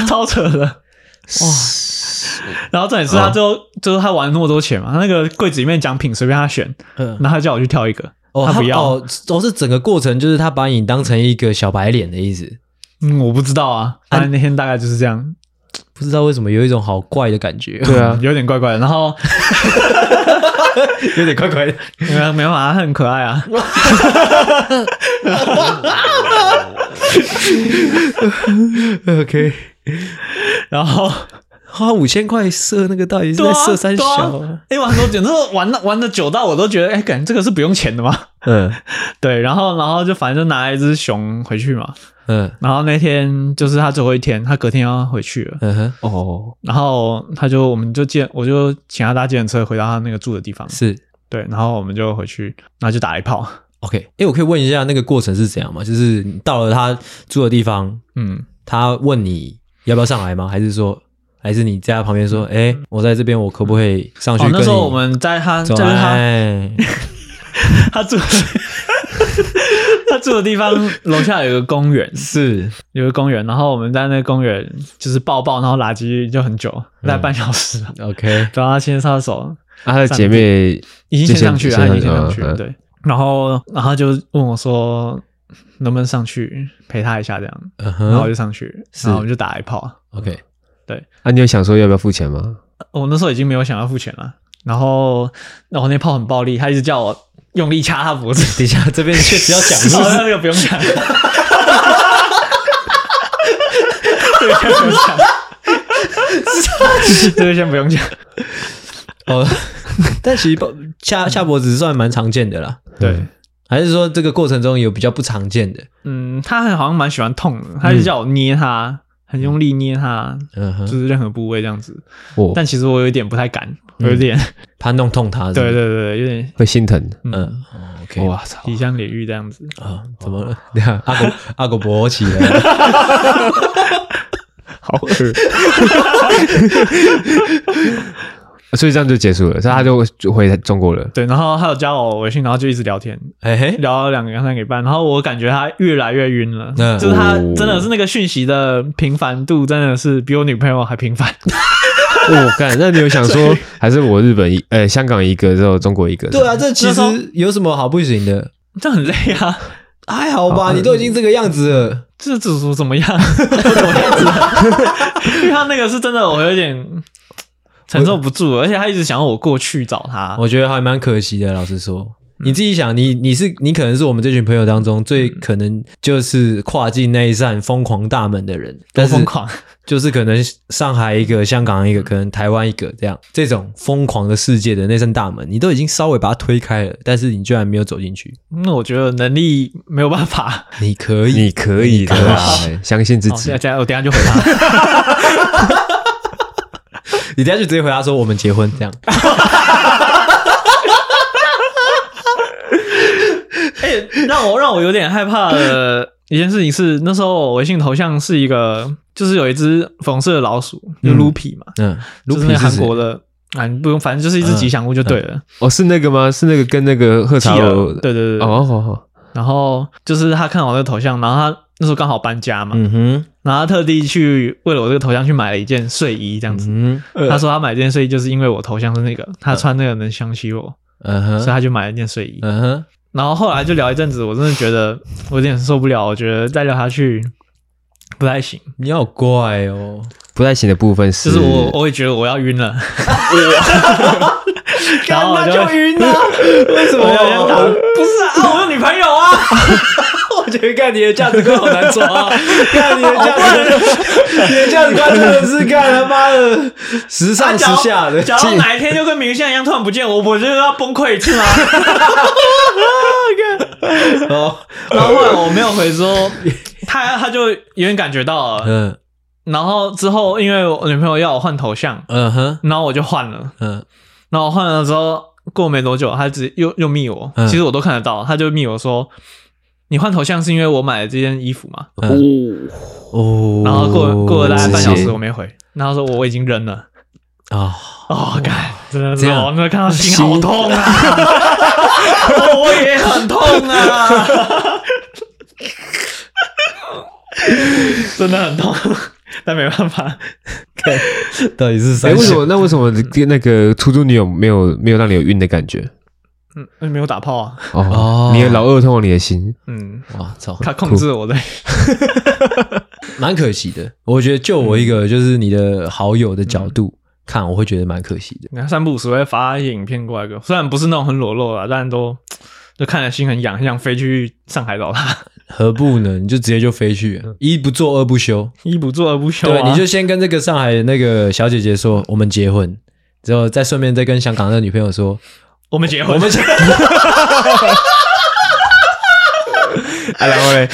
超扯的。哇！然后重点是他最后，最后他玩那么多钱嘛，他那个柜子里面奖品随便他选，
嗯
然后他叫我去挑一个，
哦，
他不要，
哦，哦，是整个过程就是他把你当成一个小白脸的意思，
嗯，我不知道啊，反正那天大概就是这样，
不知道为什么有一种好怪的感觉，
对啊
嗯，有点怪怪的。然后
有点怪怪的。
没有没办法，他很可爱啊。
OK，
然后
花五千块射那个到底是
对
在
啊，
射三
对
小
啊，哎，玩很多久，那时候玩玩的久到我都觉得，哎，感觉这个是不用钱的吗？
嗯，
对，啊然后然后就反正就拿了一只熊回去嘛，
嗯
然后那天就是他最后一天，他隔天要回去了，
嗯哼，
哦，
然后他就我们就借我就请他搭计程车回到他那个住的地方，
是
对，然后我们就回去，然后就打了一炮，
OK。哎、我可以问一下那个过程是怎样吗？就是你到了他住的地方，
嗯，
他问你要不要上来吗？还是说，还是你在他旁边说，哎、我在这边，我可不可以上去
嗯哦
跟你、，
那时候我们在他
走
就是他
哎，
他住 他住的地方楼下有一个公园，
是
有个公园，然后我们在那个公园就是抱抱，然后拉鸡就很久，大
嗯
概半小时了，
OK，
然后他牵着他的手，
啊他的姐妹
已经先上去了，嗯
就
他
先
已经先上去
先上
了，
去
对。然后，然后就问我说能不能上去陪他一下这样，
嗯
然后我
哼
就上去，然后我们就打一炮。
，OK，
啊，你有想说要不要付钱吗？
我那时候已经没有想要付钱了，然后，然后那炮很暴力，他一直叫我用力掐他脖子，
等一下这边确实要讲，是
好
不
像
是？
那个不用讲。这个先不用讲，这个先不用讲。
哦， 但其实抱下下脖子算蛮常见的啦，
对，
还是说这个过程中有比较不常见的？
嗯，他好像蛮喜欢痛的，他一直叫我捏他，很用力捏他，
嗯
就
哼，
是任何部位这样子。
哦
我
但其实我有一点不太敢，我有
嗯
点，
怕弄痛他是不
对对
是，
对对，有点
会心疼。
嗯
嗯，
哦，OK，
我操！
皮香脸玉这样 子，
啊，怎么了？等一下 阿狗阿狗勃起 了，
好恶。
所以这样就结束了，所以他就就回 中国了。
对，然后他有加我微信，然后就一直聊天，
哎嘿，
聊了两个三个礼拜，然后我感觉他越来越晕了，
嗯
就是他真的是那个讯息的频繁度真的是比我女朋友还频繁。
我哦干，那你有想说，还是我日本一，呃，香港一个，之后中国一个？
对啊，，这其
那时候
实有什么好不行的？
这很累啊，
还好吧，你都已经这个样子了，
这怎么怎么样？ 怎么样子啊？ 因为他那个是真的，我有点承受不住，而且他一直想要我过去找他。
我觉得还蛮可惜的。老实说，你自己想，你你是你可能是我们这群朋友当中最可能就是跨进那一扇疯狂大门的人，但
多
是
疯狂，
就是可能上海一个，香港一个，可能台湾一个，这样这种疯狂的世界的那扇大门，你都已经稍微把它推开了，但是你居然没有走进去。
那我觉得能力没有办法。
你可以，
你可以的啦，啊哎相信自
哦，
己
等一。下我等一下就回他。
你等下就直接回答说我们 结婚这样。
让我让我有点害怕的一件事情是，那时候我微信头像是一个，就是有一只粉色的老鼠，就
嗯
Loopy 嘛，
嗯，
就是那个韩国的啊，你不用，反正就是一只吉祥物就对
嗯
了。
哦，是那个吗？是那个跟那个贺
企
茶
鹅
楼，
对对对。
哦，好好，
然后就是他看我这个头像，然后他那时候刚好搬家嘛，
嗯哼，
然后他特地去为了我这个头像去买了一件睡衣，这样子。
嗯
他说他买这件睡衣就是因为我头像是那个，他穿那个能想起我，
嗯
所以
哼，
他就买了一件睡衣。
嗯哼，
然后后来就聊一阵子，我真的觉得我有点受不了，我觉得再聊下去不太行，
你好怪哦，
不太行的部分是，
就是我我也觉得我要晕了，然后我
干那
就
就晕了， 为什
我要先打
么？
不是啊，我有女朋友啊，
我觉得干你的价值观好难抓啊，干你的价值
哦
观，你的价值观真的是干他妈的时尚时下的，
假如哪一天就跟明星一样突然不见我，我就要崩溃一次 吗？
哦，
然后后来我没有回之后，他他就有点感觉到了，
嗯
然后之后因为我女朋友要我换头像，
嗯哼，
然后我就换了，
嗯
然后我换了之后过没多久，他直又又密我，
嗯
其实我都看得到，他就密我说。你换头像是因为我买了这件衣服嘛？
嗯哦，
然后过过了大概半小
直
时，
接
我没回。然后说我已经扔了。
啊，
哦，干，真的
这
是
样
我那看到心好痛啊！我也很痛 啊，真的很痛，但没办法，
到底是
哎，
三
为什
小
么？那为什么那个出租女友没有没有让你有晕的感觉？
嗯，没有打炮啊，
哦
哦，
你的老二通往你的心，
嗯，
哇操，
他控制我的，
蛮可惜的。我觉得就我一个就是你的好友的角度看，我会觉得蛮可惜的。
你看三不五时会发一些影片过来给我，虽然不是那种很裸露啊，但都就看着心很痒，很想飞去上海找他，
何不呢？你就直接就飞去，一不做二不 休。
一不做二不休、啊，
对，你就先跟这个上海的那个小姐姐说我们结婚，之后再顺便再跟香港的女朋友说
我们结婚，
我们结。
啊，
哎
然后 嘞，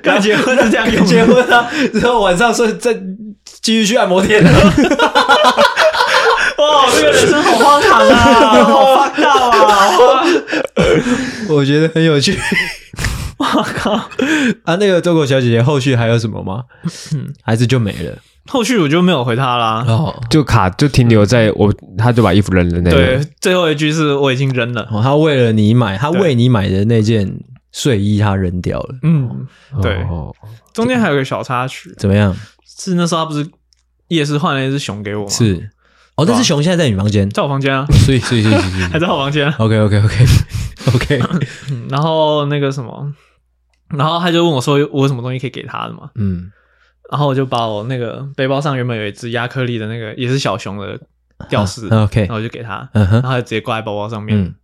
该结婚是这样用的，
结婚啊， 之后晚上是再继续去按摩店。啊
哇，这个人生好荒唐啊，好 荒唐啊！
我觉得很有 趣。我靠！啊，那个周狗小姐姐后续还有什么吗？还是就没了？
后续我就没有回他啦。
嗯哦，
就卡就停留在我，他就把衣服扔了那
对
边。，
最后一句是我已经扔了。
哦，他为了你买，他
对
为你买的那件睡衣，他扔掉了，
嗯，对，
哦
中间还有个小插曲，
怎么样？
是那时候他不是夜市换了一只熊给我吗？，
是，
哇
哦，但是熊现在在你房间，
在我房间啊，
所以所以所以所以
还在我房间啊、
，OK OK OK OK，
嗯然后那个什么，然后他就问我说我有什么东西可以给他的嘛？
嗯，
然后我就把我那个背包上原本有一只亚克力的那个也是小熊的吊饰，
啊，OK
然后我就给他，
嗯
然
哼，
后他就直接挂在包包上面。
嗯，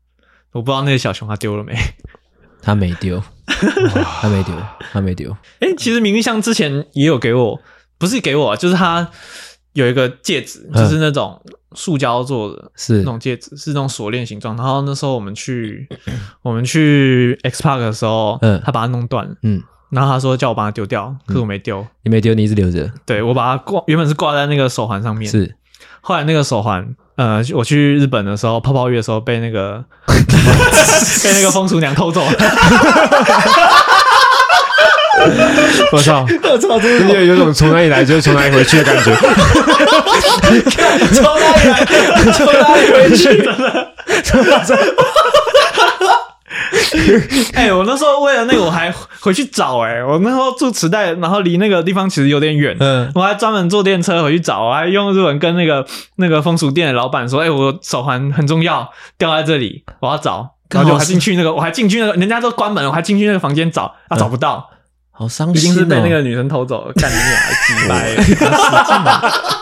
我不知道那个小熊他丢了没。
他没丢， 他没丢，他没丢，
哎、其实明明像之前也有给我，不是给我啊，就是他有一个戒指，
嗯
就是那种塑胶做的
是
那种戒指，是那种锁链形状。然后那时候我们去我们去 X Park 的时候，
嗯
他把它弄断了，
嗯，
然后他说叫我把它丢掉，可是我没丢，
你没丢，你一直留着，
对我把它挂，原本是挂在那个手环上面，
是
后来那个手环。呃，我去日本的时候，泡泡浴的时候被那 个被那个风俗娘偷走了，
我操！我操！真的哦有有种从哪里来就是从哪里回去的感 觉。
从哪里来？从哪里回去？
哎、我那时候为了那个我还回去找哎、我那时候住池袋，然后离那个地方其实有点远，
嗯，
我还专门坐电车回去找，我还用日文跟那个那个风俗店的老板说，哎、我手环很重要，掉在这里，我要找。然后就我还进去那个，我还进去那个，人家都关门，我还进去那个房间找，啊找不到，
好伤
一定
心
是
哦
被那个女生偷走了，干你娘的鸡掰！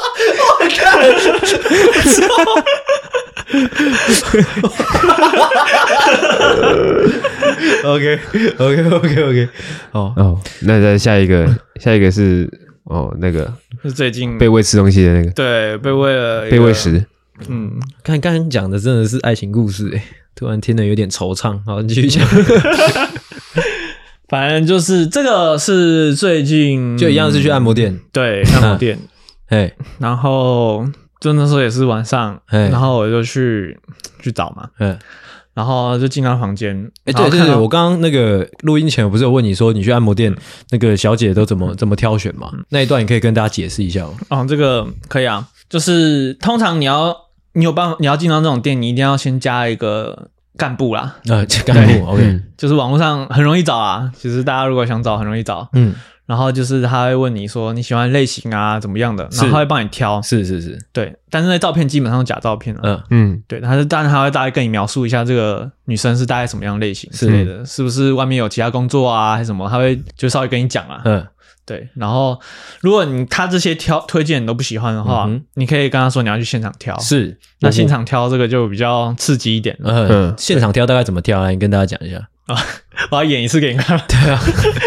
OK OK OK OK，哦，
哦，那再下一个，下一个是哦，那个
是最近
被喂吃东西的那个
嗯对被喂了一个
被喂，食。
嗯，
看刚刚讲的真的是爱情故事哎，突然听得有点惆怅。好，你继续 讲，
反正就是这个是最近
就一样是去按摩嗯店，
对按摩店，
哎，
然后就那时候也是晚上，
嘿
然后我就去去找嘛，
嗯
然然后就进他房间，
哎，
然后
对对
看啊
对，
到
我刚刚那个录音前我不是有问你说你去按摩店那个小姐都怎
嗯
么怎么挑选嘛？那一段你可以跟大家解释一下吗？
哦，这个可以啊，就是通常你要你有办法，你要进到这种店，你一定要先加一个干部啦，
啊，这干
哎
部，OK，
嗯
就是网络上很容易找啊。其实大家如果想找，很容易找。
嗯，
然后就是他会问你说你喜欢类型啊怎么样的，然后他会帮你挑。
是是是，
对，但是那照片基本上都假照片了、啊
嗯，
嗯，
对，他是，但是他会大概跟你描述一下这个女生是大概什么样类型之类的，是不是外面有其他工作啊，还是什么？他会就稍微跟你讲啊。
嗯，
对，然后如果你他这些挑推荐你都不喜欢的话，
嗯哼
你可以跟他说你要去现场挑。，
是，
那现场挑这个就比较刺激一点了。
嗯
嗯，
现场挑大概怎么挑？来，你跟大家讲一下。
我要演一次给你看。 对啊，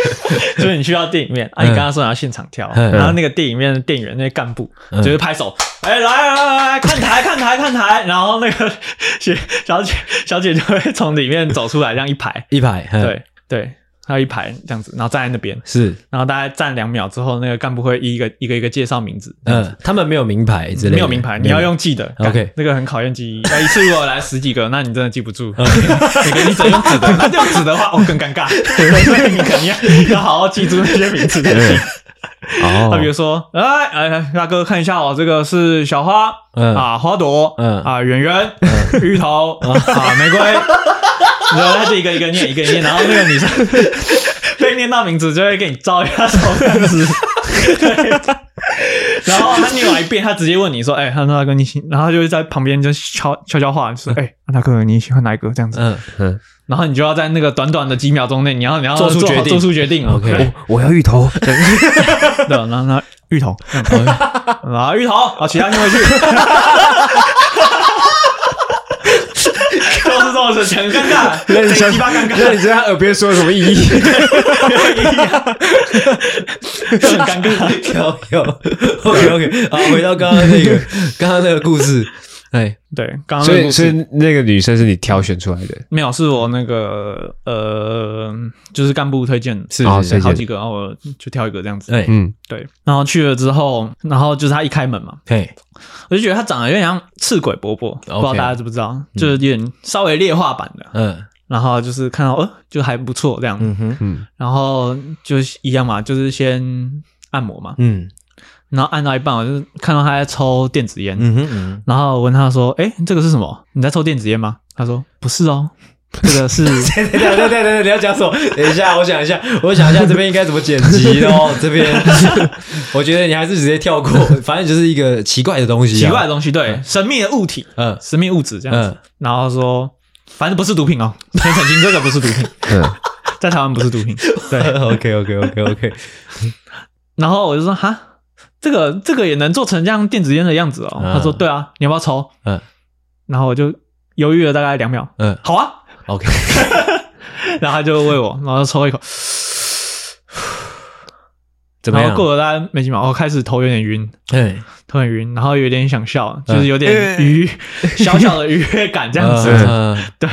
就是你去到电影院啊，你
嗯
刚刚说你要现场挑，
嗯
然后那个电影院的店员那些干部
嗯
就是拍手，哎，来来来来，看台看台看台，然后那个小 小姐小姐就会从里面走出来，这样一排，
一排，嗯，
对对，还有一排这样子，然后站在那边，
是，
然后大概站两秒之后，那个干部会一个一个一个介绍名字，
嗯，他们没有名牌之类的，嗯
没有名牌，你要用记的。
OK
干那个很考验记忆。那一次如果来十几个，那你真的记不 住。你可以你只能用纸的，那用纸的话，哦更尴尬。所以你肯定要好好记住那些名字才行。那
哦
比如说，哎哎哎，大哥看一下哦，这个是小花
嗯
啊，花朵，
嗯
啊，圆圆， 芋头啊， 玫瑰。然后他就一个一个念，一个一个念，然后那个女生 被念到名字就会给你招一下手这样子。然后他念完一遍，他直接问你说：“哎、他说大哥你喜……”然后他就会在旁边就悄悄悄话，就说：“哎、大哥你喜欢哪一个？”这样子，
嗯，
然后你就要在那个短短的几秒钟内，你要你要
做出
好哦
决
做
定
出决定。
OK
对
我要芋头，
对，然后呢，芋头，然后芋头，好，其他先回去。都是这种事情，很尴尬，
那你
整
想
个鸡巴尴尬，
那你在他耳边说有什么意义？
就很尴 尬。
有有，OK OK，好，回到刚刚那个刚刚那个故事，哎，
对，刚刚那个
所以
故
所以
事
那个女生是你挑选出来的
没有，是我那个呃，就是干部推荐的，
是
哦
是
谁
好几个，然后我就挑一个这样子。
哎，
嗯
对，然后去了之后，然后就是他一开门嘛，
嘿，
我就觉得他长得有点像赤鬼伯伯，不知道大家知不知道，就是有点稍微劣化版的。
嗯
然后就是看到，呃，就还不错这样。
嗯哼，
嗯，
然后就是一样嘛，就是先按摩嘛，
嗯
然后按到一半，我就看到他在抽电子烟，
嗯哼嗯
然后我问他说：“哎、这个是什么？你在抽电子烟吗？”他说：“不是哦，这个 是
哼，对对对对对，你要讲什么？等一下，我想一下，我想一下这边应该怎么剪辑哦。这边，我觉得你还是直接跳过，反正就是一个奇怪的东西，
奇怪的，东西，对，神秘的物体，
嗯
神秘物质这样子。
嗯
然后说：“反正不是毒品哦， 先澄清，这个不是毒品，
嗯
在台湾不是毒 品。”对。
，OK OK OK OK，
然后我就说：“哈，这个这个也能做成这样电子烟的样子哦。
嗯
他说：“对啊，你要不要抽？”
嗯
然后我就犹豫了大概两秒，
嗯
好啊，
，OK，
然后他就喂我，然后就抽一口，
怎么
然
样
后？过了大概没几秒，哦我开始头有点晕，
哎，
头很晕，然后有点想笑，就是有点愉、小小的愉悦感这样子。
嗯
对，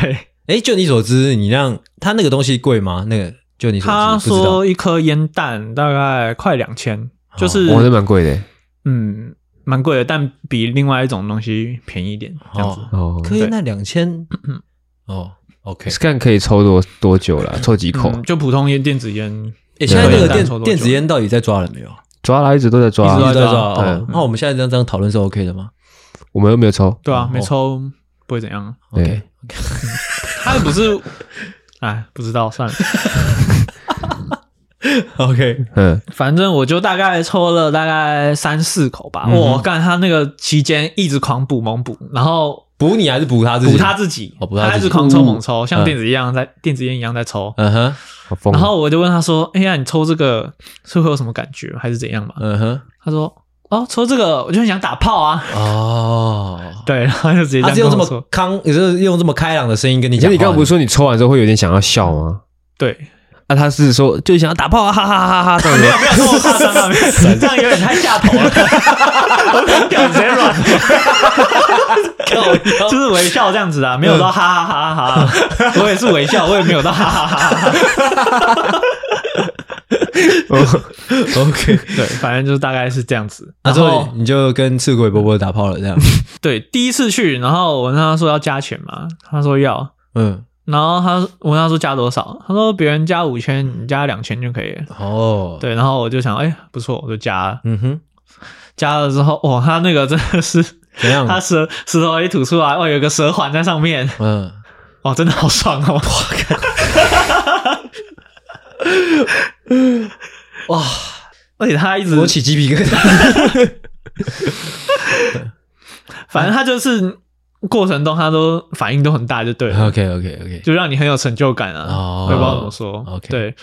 哎，就你所知，你让他那个东西贵吗？那个，就你所
他
知，不知道
说一颗烟弹大概快两千，就是、
我那蛮贵的
嗯蛮贵的，但比另外一种东西便宜一点这样子。
哦
哦。
可以
对
那两千，哦，OK，
scan 可以抽多多久了？抽几口？
嗯，就普通烟电子烟，
诶，现在那个
对抽
电
多久
电子烟到底在抓了没有？
抓啦，一直都在抓
一
一
直
直
都
在
在
抓。
抓
哦
嗯
那我们现在这样这样讨论是 OK 的吗
我们又没有抽。
对啊
哦，
没抽不会怎 样。
对
？OK，
他不是，哎，不知道算了。
OK，
嗯，
反正我就大概抽了大概三四口吧。我干他那个期间一直狂补猛补，然后
补你还是补他自己？
补他，自己，
哦补他自己
一直狂抽猛抽，像电子一样在、电子烟一样在抽。
嗯哼，
好疯。
然后我就问他说：“哎呀，你抽这个是会有什么感觉，还是怎样嘛
嗯哼，？”
他说：“哦，抽这个我就很想打炮啊。
哦”。
对，然后就直接
他
这
是用
样跟我
这么
说。
康，也是用这么开朗的声音跟你
你看
讲。
你刚刚不是，说你抽完之后会有点想要笑吗？
对，
啊，他是说就想要打炮啊，哈哈哈哈哈。没有
不要这么夸张啊，这样有点太下头了。我屌直接软了，就是微笑这样子啊，没有到哈哈哈哈哈。我也是微笑，我也没有到哈哈哈哈。
OK，
对，反正就是大概是这样子。
那
然
之后
后
你就跟赤鬼伯伯打炮了，这样。
对第一次去，然后我跟他说要加钱嘛，他说要，
嗯，
然后他我问他说加多少，他说别人加五千，你加两千就可以了。
哦，，
对，然后我就想，哎、不错，我就加了。
嗯哼，
加了之后，哇，他那个真的是，
怎样？
他舌舌头一吐出来，哇，有一个舌环在上面，
嗯，
哇，真的好爽哦！
哇，
而且他一直
我，起鸡皮疙 瘩。
反正他就是过程中他都反应都很大，就对了，
OK OK OK，
就让你很有成就感啊。
哦
我也不知道怎么说。
OK
对。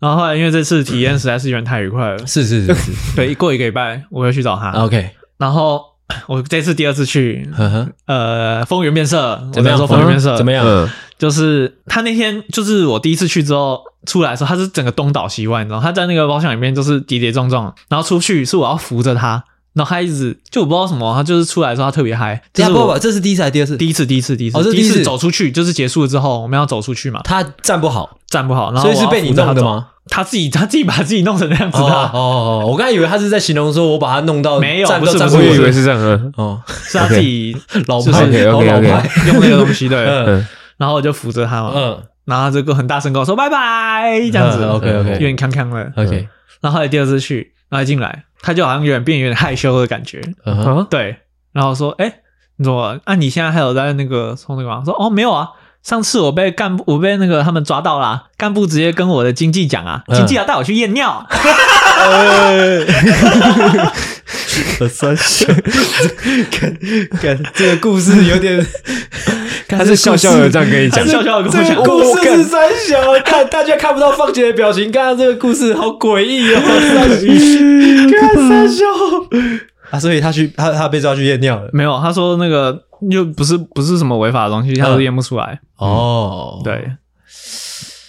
然后后来因为这次体验实在是有点太愉快 了，
是是是是是
对，过一个礼拜我又去找他，
，OK，
然后我这次第二次去，
呵呵，
呃，风云变色，
怎么样？
我在说风云变色、
怎么？样？
嗯，
就是他那天就是我第一次去之后出来的时候，他是整个东倒西歪，你知道吗，他在那个包厢里面就是跌跌撞撞，然后出去是我要扶着他，然后他一直就我不知道什么，他就是出来的时候他特别嗨，这
对啊，
是
不不，
我
这是第一次还是第二次？
第一次第一次第一次，
哦这是
第一
第一
次
次
走出去就是结束了之后我们要走出去嘛，
他站不好，
站不好，然后
所以
我
是
要
被你
扶着他
弄的
走？
吗？
他自己他 自己把自己弄成那样子
哦
的啊、
哦哦，我刚才以为他是在形容说我把他弄到
没有
站
不
都
是
站
不
不
我
是
也以
稳
为是这样，嗯
哦，
是他自己
老
就
派
是
老老
OK，OK，OK
派，
用那个东 西对，
嗯
然后我就扶着他嘛，
嗯
然后他就跟很大声跟我说拜拜这样子、
嗯，OK，OK 嗯
有点康康的。
，OK，
然后后来第二次去，然后一进来，他就好像有点变有点害羞的感觉，
嗯哼
啊，
对，然后说哎，你怎么啊？你现在还有在那个冲那个吗？说哦没有啊。上次我被干部，我被那个他们抓到啦、干部直接跟我的经纪讲啊，
嗯
经纪要带我去验尿啊，
三小，看看这个故事有点，
他是笑笑的这样跟你
他
讲，
笑笑的跟我
这
讲
个，故事是三小，看大家看不到放杰的表情，看到这个故事好诡异哦，三小，看三小啊，所以他去他他被抓去验尿了，
没有，他说那个又不是不是什么违法的东西，他都验不出来，
哦，，
对。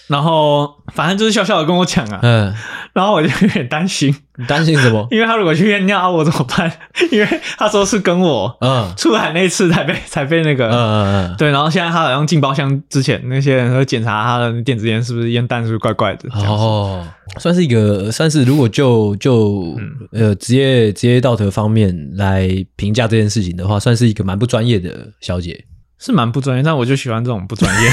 然后反正就是笑笑的跟我讲啊，
嗯，
然后我就有点担心，
你担心什么？
因为他如果去验尿，啊我怎么办？因为他说是跟我
嗯
出来那次才被才被那
嗯
个、
嗯
对，然后现在他好像进包厢之前，那些人会检查他的电子烟是不是烟弹是不是怪怪的。这
嗯，
样
哦，算是一个，算是如果就就呃职业职业道德方面来评价这件事情的话，算是一个蛮不专业的小姐。
是蛮不专业，但我就喜欢这种不专业，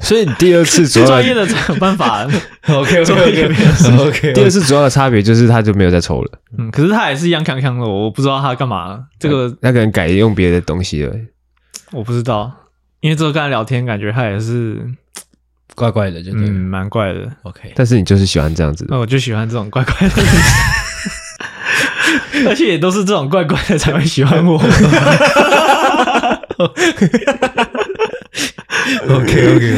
所以你第二次主
不
要
专业
的
的才有办法。
OK OK
做一个
OK，,
第二次主要的差别就是他就没有再抽了，
嗯，可是他也是一样康康的，我不知道他干嘛了，这个
他可能改用别的东西了。
我不知道，因为之后跟他聊天，感觉他也是
怪怪的，就对
嗯
了、
蛮怪的。
OK。
但是你就是喜欢这样子的
那，我就喜欢这种怪怪的东西，而且也都是这种怪怪的才会喜欢我。
OK OK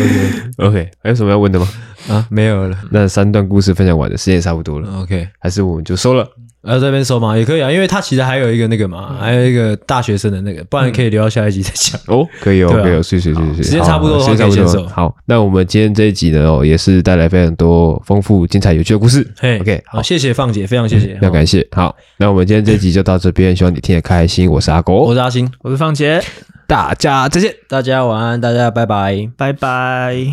OK
OK，还有什么要问的吗？
啊，没有了。
那三段故事分享完了，时间也差不多了，
OK，
还是我们就收了。
要这边收嘛也可以啊，因为他其实还有一个那个嘛，还有一个大学生的那个，不然可以留到下一集再讲。
哦，可以哦，
对啊
可以哦，是是是是，
时间
好
差不多的
时
话
间差不
可以先
多。
走
好，那我们今天这一集呢，哦，也是带来非常多丰富、精彩、有趣的故事。
嘿
OK，
好，谢谢放姐，非常谢谢，
要感谢。好，那我们今天这一集就到这边，希望你听得开心。我是阿
我
狗，
是阿星，
我是方杰，
大家再见，大家晚安，大家拜拜。
拜拜。